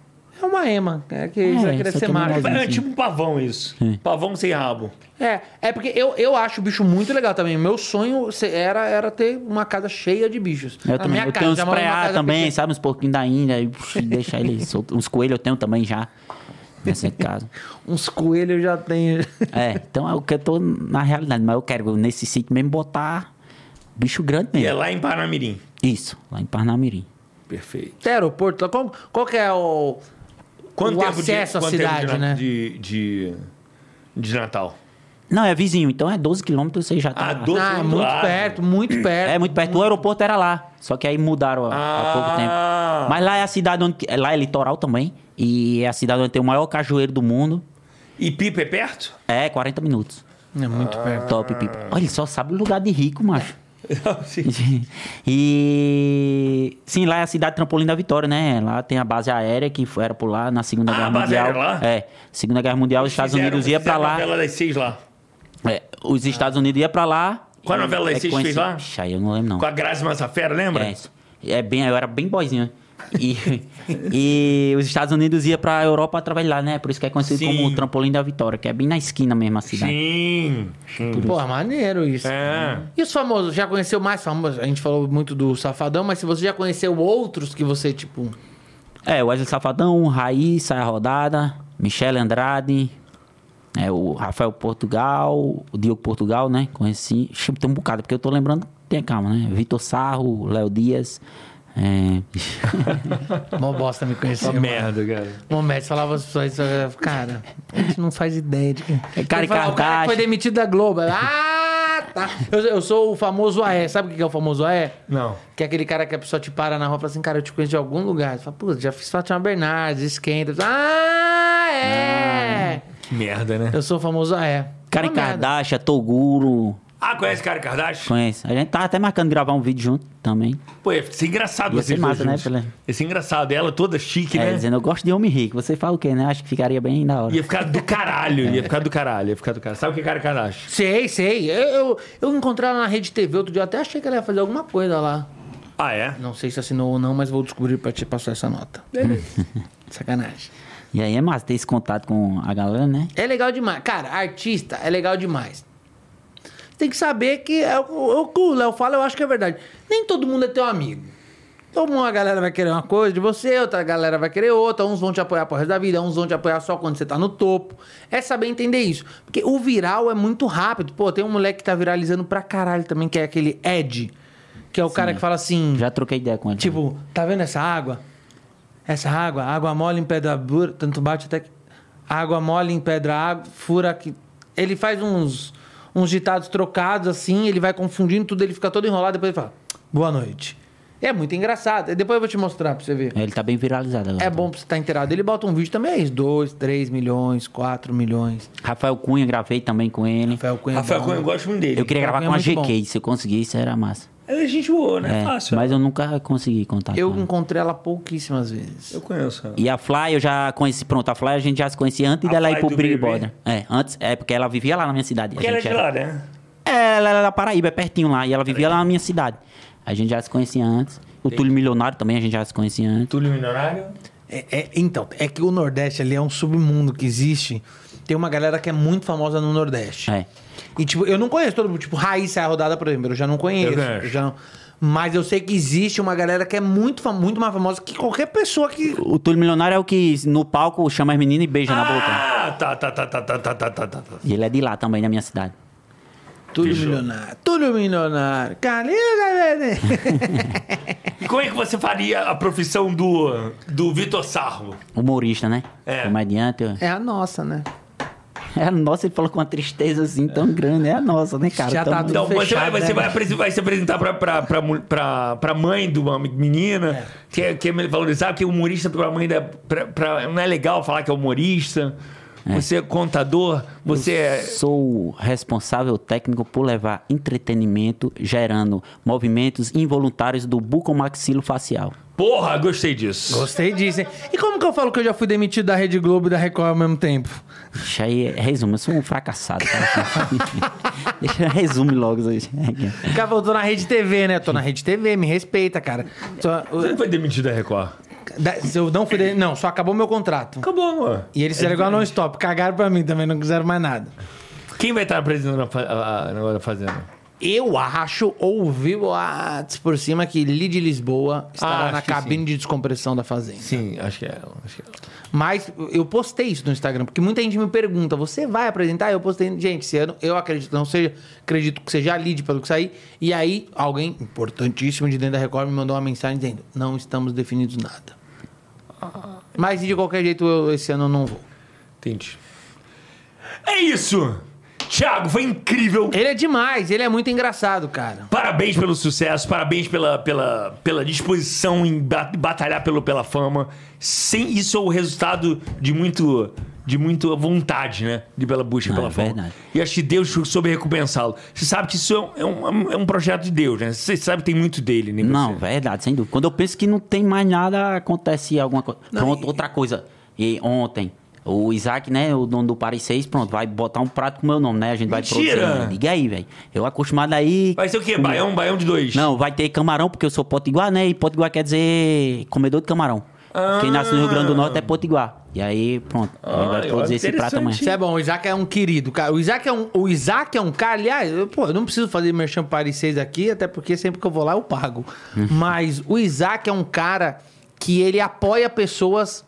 [SPEAKER 1] É uma ema. É que isso vai
[SPEAKER 3] É,
[SPEAKER 1] querer
[SPEAKER 3] só
[SPEAKER 1] ser
[SPEAKER 3] que é
[SPEAKER 1] mágico.
[SPEAKER 3] menorzinho.
[SPEAKER 2] É tipo um pavão isso. Pavão sem rabo.
[SPEAKER 1] É, é porque eu, eu acho o bicho muito legal também. Meu sonho se- era, era ter uma casa cheia de bichos.
[SPEAKER 3] Eu
[SPEAKER 1] A
[SPEAKER 3] também.
[SPEAKER 1] minha
[SPEAKER 3] eu
[SPEAKER 1] casa,
[SPEAKER 3] tenho uns
[SPEAKER 1] já moro numa
[SPEAKER 3] preá
[SPEAKER 1] casa
[SPEAKER 3] também,
[SPEAKER 1] pequena.
[SPEAKER 3] sabe? Uns porquinhos da Índia. E puxa, deixar eles soltos. Uns coelhos eu tenho também já. Nessa casa.
[SPEAKER 1] Uns coelhos eu já tenho.
[SPEAKER 3] É, então é o que eu tô na realidade. Mas eu quero nesse sítio mesmo botar bicho grande
[SPEAKER 2] E é
[SPEAKER 3] mesmo.
[SPEAKER 2] lá em Parnamirim.
[SPEAKER 3] Isso, lá em Parnamirim.
[SPEAKER 2] Perfeito.
[SPEAKER 1] Tem aeroporto lá. Qual, qual que é o, o acesso à
[SPEAKER 2] quanto tempo
[SPEAKER 1] cidade,
[SPEAKER 2] de,
[SPEAKER 1] né?
[SPEAKER 2] De, de, de Natal.
[SPEAKER 3] Não, é vizinho, então é 12 quilômetros, você já tá.
[SPEAKER 2] Ah,
[SPEAKER 3] lá.
[SPEAKER 2] 12
[SPEAKER 1] Ah, é
[SPEAKER 2] do
[SPEAKER 1] muito
[SPEAKER 2] lado.
[SPEAKER 1] perto, muito perto.
[SPEAKER 3] É muito perto. O aeroporto era lá. Só que aí mudaram há- há pouco
[SPEAKER 2] Ah.
[SPEAKER 3] tempo. Mas lá é a cidade onde. Lá é litoral também. E é a cidade onde tem o maior cajueiro do mundo.
[SPEAKER 2] E Pipa é perto?
[SPEAKER 3] É, 40 minutos.
[SPEAKER 1] É muito perto.
[SPEAKER 3] Top,
[SPEAKER 1] Ah.
[SPEAKER 3] pipa. Olha, ele só sabe o lugar de rico, macho.
[SPEAKER 2] Não, sim.
[SPEAKER 3] e sim, lá é a cidade Trampolim da Vitória, né? Lá tem a base aérea que foi- era por lá na Segunda
[SPEAKER 2] Ah,
[SPEAKER 3] Guerra
[SPEAKER 2] a base
[SPEAKER 3] Mundial.
[SPEAKER 2] aérea lá?
[SPEAKER 3] É, Segunda Guerra Mundial, os Estados
[SPEAKER 2] Fizeram-
[SPEAKER 3] Unidos ia pra
[SPEAKER 2] fizeram
[SPEAKER 3] lá.
[SPEAKER 2] a novela das seis lá.
[SPEAKER 3] É, os Estados Unidos ia pra lá.
[SPEAKER 2] Qual
[SPEAKER 3] E-
[SPEAKER 2] novela
[SPEAKER 3] é
[SPEAKER 2] esse que
[SPEAKER 3] conheci-
[SPEAKER 2] fez lá?
[SPEAKER 3] Ixi, aí eu não lembro não.
[SPEAKER 2] Com a Grazi Massafera, lembra?
[SPEAKER 3] É, é bem, eu era bem boizinho. E, e os Estados Unidos ia pra Europa através de lá, né? Por isso que é conhecido
[SPEAKER 2] Sim.
[SPEAKER 3] como o Trampolim da Vitória, que é bem na esquina mesmo a cidade.
[SPEAKER 2] Sim. Sim.
[SPEAKER 1] Pô, maneiro isso.
[SPEAKER 2] É.
[SPEAKER 1] E os famosos? Já conheceu mais famosos? A gente falou muito do Safadão, mas se você já conheceu outros que você, tipo...
[SPEAKER 3] É, o Wesley Safadão, Raiz, Saia Rodada, Michele Andrade, é, o Rafael Portugal, o Diogo Portugal, né? Conheci. Ixi, tem um bocado, porque eu tô lembrando. Tem calma, né? Vitor Sarro, Léo Dias. É...
[SPEAKER 1] Mó bosta me conhecer.
[SPEAKER 2] Uma merda, cara.
[SPEAKER 1] Momento, falava as pessoas, isso, cara, a gente não faz ideia de quem.
[SPEAKER 3] É Karen
[SPEAKER 1] Ele fala, o cara que
[SPEAKER 3] Kardashian.
[SPEAKER 1] foi demitido da Globo. Ah, Tá? Eu, eu sou o famoso AE. Sabe o que é o famoso AE?
[SPEAKER 2] Não.
[SPEAKER 1] Que é aquele cara que a pessoa te para na rua e fala assim, cara, eu te conheço de algum lugar. Você fala, putz, já fiz Fátima Bernardes, esquenta. Ah, é!
[SPEAKER 2] Que merda, né?
[SPEAKER 1] Eu sou o famoso AE.
[SPEAKER 3] Karen
[SPEAKER 1] Uma merda.
[SPEAKER 3] Ah. Kardashian, Toguro.
[SPEAKER 2] Ah, conhece o cara Kardashian?
[SPEAKER 3] Conhece. A gente tava até marcando gravar um vídeo junto também.
[SPEAKER 2] Pô, ia ser engraçado
[SPEAKER 3] Ia
[SPEAKER 2] vocês
[SPEAKER 3] ser
[SPEAKER 2] dois
[SPEAKER 3] massa, né,
[SPEAKER 2] juntos.
[SPEAKER 3] Pelé?
[SPEAKER 2] Ia ser engraçado. Ela toda chique,
[SPEAKER 3] É,
[SPEAKER 2] né?
[SPEAKER 3] dizendo, eu gosto de homem rico. Você fala o quê, né? Acho que ficaria bem da hora.
[SPEAKER 2] Ia ficar do caralho. Ia ficar do caralho. Ia ficar do caralho. Sabe o que é cara Kardashian?
[SPEAKER 1] Sei, sei. Eu, eu, eu encontrei ela na rede TV outro dia. Eu até achei que ela ia fazer alguma coisa lá.
[SPEAKER 2] Ah, é?
[SPEAKER 1] Não sei se assinou ou não, mas vou descobrir pra te passar essa nota. Sacanagem.
[SPEAKER 3] E aí é massa ter esse contato com a galera, né?
[SPEAKER 1] É legal demais. Cara, artista é legal demais. Tem que saber que é o, o que o Léo fala, eu acho que é verdade. Nem todo mundo é teu amigo. Então, uma galera vai querer uma coisa de você, outra galera vai querer outra, uns vão te apoiar pro resto da vida, uns vão te apoiar só quando você tá no topo. É saber entender isso. Porque o viral é muito rápido. Pô, tem um moleque que tá viralizando pra caralho também, que é aquele Ed, que é o cara que fala assim.
[SPEAKER 3] Já troquei ideia com ele.
[SPEAKER 1] Tipo, tá vendo essa água? Essa água, água mole em pedra dura, tanto bate até que. Água mole em pedra, água, fura que. Ele faz uns, uns ditados trocados assim, ele vai confundindo tudo, ele fica todo enrolado, depois ele fala, boa noite. É muito engraçado. Depois eu vou te mostrar pra você ver.
[SPEAKER 3] Ele tá bem viralizado agora.
[SPEAKER 1] É bom pra você estar inteirado. Ele bota um vídeo também, é isso. 2, 3 milhões, 4 milhões.
[SPEAKER 3] Rafael Cunha, gravei também com ele.
[SPEAKER 1] Rafael Cunha. é
[SPEAKER 2] Rafael
[SPEAKER 1] bom.
[SPEAKER 2] Cunha, eu gosto um- muito dele.
[SPEAKER 3] Eu queria gravar
[SPEAKER 1] Cunha é
[SPEAKER 3] com a
[SPEAKER 1] muito
[SPEAKER 3] GK, se eu conseguisse, era massa.
[SPEAKER 2] Ela é gente boa, né?
[SPEAKER 3] É,
[SPEAKER 2] Fácil.
[SPEAKER 3] mas eu nunca consegui contato
[SPEAKER 1] Eu
[SPEAKER 3] com ela.
[SPEAKER 1] encontrei ela pouquíssimas vezes.
[SPEAKER 2] Eu conheço ela.
[SPEAKER 3] E a Fly, eu já conheci. Pronto, a Fly a gente já se conhecia antes
[SPEAKER 2] A
[SPEAKER 3] dela
[SPEAKER 2] Fly
[SPEAKER 3] ir pro
[SPEAKER 2] do
[SPEAKER 3] Big
[SPEAKER 2] BBB?
[SPEAKER 3] Brother. É, antes, é porque ela vivia lá na minha cidade. A
[SPEAKER 2] Porque ela é
[SPEAKER 3] gente
[SPEAKER 2] de
[SPEAKER 3] já-
[SPEAKER 2] lá, né?
[SPEAKER 3] É, ela era da Paraíba, é pertinho lá. E ela vivia lá na minha cidade. A gente já se conhecia antes. O Túlio Milionário também a gente já se conhecia antes.
[SPEAKER 2] Túlio Milionário.
[SPEAKER 1] É- é- então, é que o Nordeste ali é um submundo que existe. Tem uma galera que é muito famosa no Nordeste.
[SPEAKER 3] É.
[SPEAKER 1] E, tipo, eu não conheço todo mundo. Tipo, Raíssa é a rodada, por exemplo. Eu já não conheço.
[SPEAKER 2] Eu conheço.
[SPEAKER 1] eu já não- Mas eu sei que existe uma galera que é muito, fam- muito mais famosa que qualquer pessoa que.
[SPEAKER 3] O Túlio Milionário é o que no palco chama as meninas e beija na boca.
[SPEAKER 2] Ah, tá, tá, tá, tá, tá, tá, tá, tá, tá.
[SPEAKER 3] E ele é de lá também, na minha cidade.
[SPEAKER 1] Túlio
[SPEAKER 2] Fechou.
[SPEAKER 1] Milionário. Túlio Milionário. né? Carlinhos Galera.
[SPEAKER 2] E como é que você faria a profissão do, do Vitor Sarro?
[SPEAKER 3] Humorista, né?
[SPEAKER 2] É.
[SPEAKER 3] Comediante. ó.
[SPEAKER 1] É a nossa, né?
[SPEAKER 3] É a nossa, ele falou com uma tristeza assim tão grande. É a nossa, né, cara?
[SPEAKER 1] Já tá
[SPEAKER 3] Tamo-
[SPEAKER 1] tudo
[SPEAKER 2] Então, você,
[SPEAKER 1] fechado,
[SPEAKER 2] vai, você
[SPEAKER 1] né?
[SPEAKER 2] vai, apresen- vai se apresentar pra, pra, pra, mul- pra, pra mãe de uma menina, que, é, que é valorizada, que é humorista pra mãe da. pra- pra- não é legal falar que é humorista. Você é contador, você é.
[SPEAKER 3] Sou responsável técnico por levar entretenimento gerando movimentos involuntários do bucomaxilo facial.
[SPEAKER 2] Porra, gostei disso.
[SPEAKER 1] Gostei disso, hein? E como que eu falo que eu já fui demitido da Rede Globo e da Record ao mesmo tempo?
[SPEAKER 3] Deixa aí, resumo, eu sou um fracassado. cara. Deixa eu resume logo isso aí.
[SPEAKER 1] Cara, eu tô na Rede TV, né? Eu tô na Rede TV, me respeita, cara. Só-
[SPEAKER 2] Você não foi demitido da Record.
[SPEAKER 1] Da- se eu não fui de- Não, só acabou meu contrato.
[SPEAKER 2] Acabou, amor.
[SPEAKER 1] E eles fizeram igual a non-stop, cagaram pra mim também, não quiseram mais nada.
[SPEAKER 2] Quem vai estar apresentando a fa- a- a- negócio da Fazenda?
[SPEAKER 1] Eu acho, ouvi boatos por cima, que Lid Lisboa estará
[SPEAKER 2] Ah,
[SPEAKER 1] na
[SPEAKER 2] acho que
[SPEAKER 1] cabine
[SPEAKER 2] sim.
[SPEAKER 1] de descompressão da Fazenda.
[SPEAKER 2] Sim, acho que é ela. Acho que é ela.
[SPEAKER 1] Mas eu postei isso no Instagram, porque muita gente me pergunta: você vai apresentar? Eu postei, gente, esse ano eu acredito que não seja, acredito que seja a lead pelo que sair. E aí, alguém importantíssimo de dentro da Record me mandou uma mensagem dizendo: não estamos definidos nada. Mas de qualquer jeito, eu esse ano não vou.
[SPEAKER 2] Entendi. É isso! Thiago, foi incrível!
[SPEAKER 1] Ele é demais, ele é muito engraçado, cara.
[SPEAKER 2] Parabéns pelo sucesso, parabéns pela, pela, pela disposição em ba- batalhar pelo, pela fama. Sem isso é o resultado de muito de muita vontade, né? De pela busca
[SPEAKER 3] Não,
[SPEAKER 2] pela
[SPEAKER 3] é
[SPEAKER 2] fama.
[SPEAKER 3] verdade.
[SPEAKER 2] E acho que Deus soube recompensá-lo. Você sabe que isso é um, é um- é um projeto de Deus, né? Você sabe que tem muito dele, né?
[SPEAKER 3] Não, verdade, sem dúvida. Quando eu penso que não tem mais nada, acontece alguma coisa. Pronto, outra coisa. E ontem, o Isaac, né, o dono do Paris 6, pronto, vai botar um prato com o meu nome, né? A gente vai
[SPEAKER 2] Mentira!
[SPEAKER 3] né? Diga aí, velho. Eu acostumado aí.
[SPEAKER 2] Vai ser o quê? Baião, baião de dois?
[SPEAKER 3] Não, vai ter camarão, porque eu sou potiguar, né? E potiguar quer dizer comedor de camarão. Quem nasce no Rio Grande do Norte é potiguar. E aí, pronto.
[SPEAKER 2] Ah,
[SPEAKER 3] ele vai
[SPEAKER 2] eu-
[SPEAKER 3] produzir esse prato amanhã.
[SPEAKER 2] interessante.
[SPEAKER 1] Isso é bom, o Isaac é um querido, cara. O Isaac é um, o Isaac é um cara, aliás, eu, pô, eu não preciso fazer merchan Paris 6 aqui, até porque sempre que eu vou lá eu pago. Mas o Isaac é um cara que ele apoia pessoas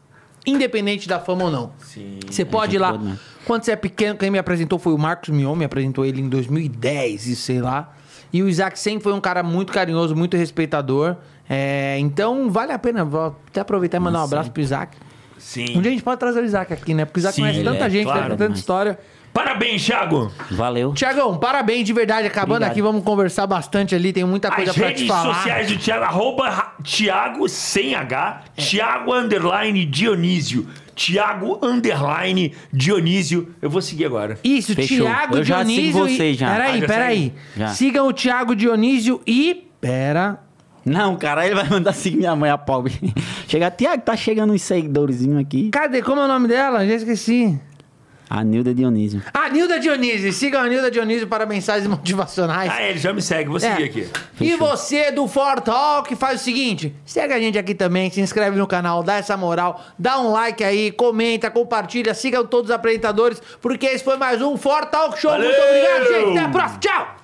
[SPEAKER 1] independente da fama ou não.
[SPEAKER 2] Sim.
[SPEAKER 1] Você pode
[SPEAKER 3] gente
[SPEAKER 1] ir lá.
[SPEAKER 3] boa demais.
[SPEAKER 1] Quando você é pequeno, quem me apresentou foi o Marcos Mion, me apresentou ele em 2010 e sei lá. E o Isaac sempre foi um cara muito carinhoso, muito respeitador. É, então vale a pena, vou até aproveitar e mandar um abraço pro Isaac.
[SPEAKER 2] Sim.
[SPEAKER 1] Um dia a gente pode trazer o Isaac aqui, né? Porque o Isaac
[SPEAKER 2] Sim,
[SPEAKER 1] conhece
[SPEAKER 2] ele
[SPEAKER 1] tanta
[SPEAKER 3] é,
[SPEAKER 1] gente,
[SPEAKER 2] claro,
[SPEAKER 1] tem tanta
[SPEAKER 3] mas-
[SPEAKER 1] história.
[SPEAKER 2] Parabéns, Thiago.
[SPEAKER 3] Valeu.
[SPEAKER 1] Tiagão, parabéns de verdade. Acabando
[SPEAKER 3] Obrigado.
[SPEAKER 1] aqui, vamos conversar bastante ali. Tem muita coisa
[SPEAKER 2] As
[SPEAKER 1] pra te
[SPEAKER 2] redes
[SPEAKER 1] falar.
[SPEAKER 2] sociais do Thiago, arroba ra- Thiago sem H,
[SPEAKER 1] É.
[SPEAKER 2] Thiago underline Dionísio. Thiago underline Dionísio. Eu vou seguir agora.
[SPEAKER 1] Isso,
[SPEAKER 3] Fechou.
[SPEAKER 1] Thiago
[SPEAKER 3] Eu já sigo
[SPEAKER 1] Dionísio. e-
[SPEAKER 3] vocês já.
[SPEAKER 2] Ah,
[SPEAKER 1] Peraí,
[SPEAKER 2] já
[SPEAKER 1] peraí.
[SPEAKER 3] segue? Já.
[SPEAKER 1] Sigam o Thiago Dionísio e. Pera.
[SPEAKER 3] Não, cara, ele vai mandar seguir minha mãe, a pobre. Chega, Tiago, tá chegando uns seguidorzinhos aqui.
[SPEAKER 1] Cadê? Como é o nome dela? Já esqueci.
[SPEAKER 3] A Nilda Dionísio.
[SPEAKER 1] A Nilda Dionísio. Sigam a Nilda Dionísio para mensagens motivacionais.
[SPEAKER 2] Ah, é, ele já me segue, vou seguir
[SPEAKER 1] É.
[SPEAKER 2] aqui.
[SPEAKER 1] E você do For Talk faz o seguinte: segue a gente aqui também, se inscreve no canal, dá essa moral, dá um like aí, comenta, compartilha, siga todos os apresentadores, porque esse foi mais um For Talk Show. Muito
[SPEAKER 2] Valeu!
[SPEAKER 1] obrigado, gente. Até a próxima. Tchau!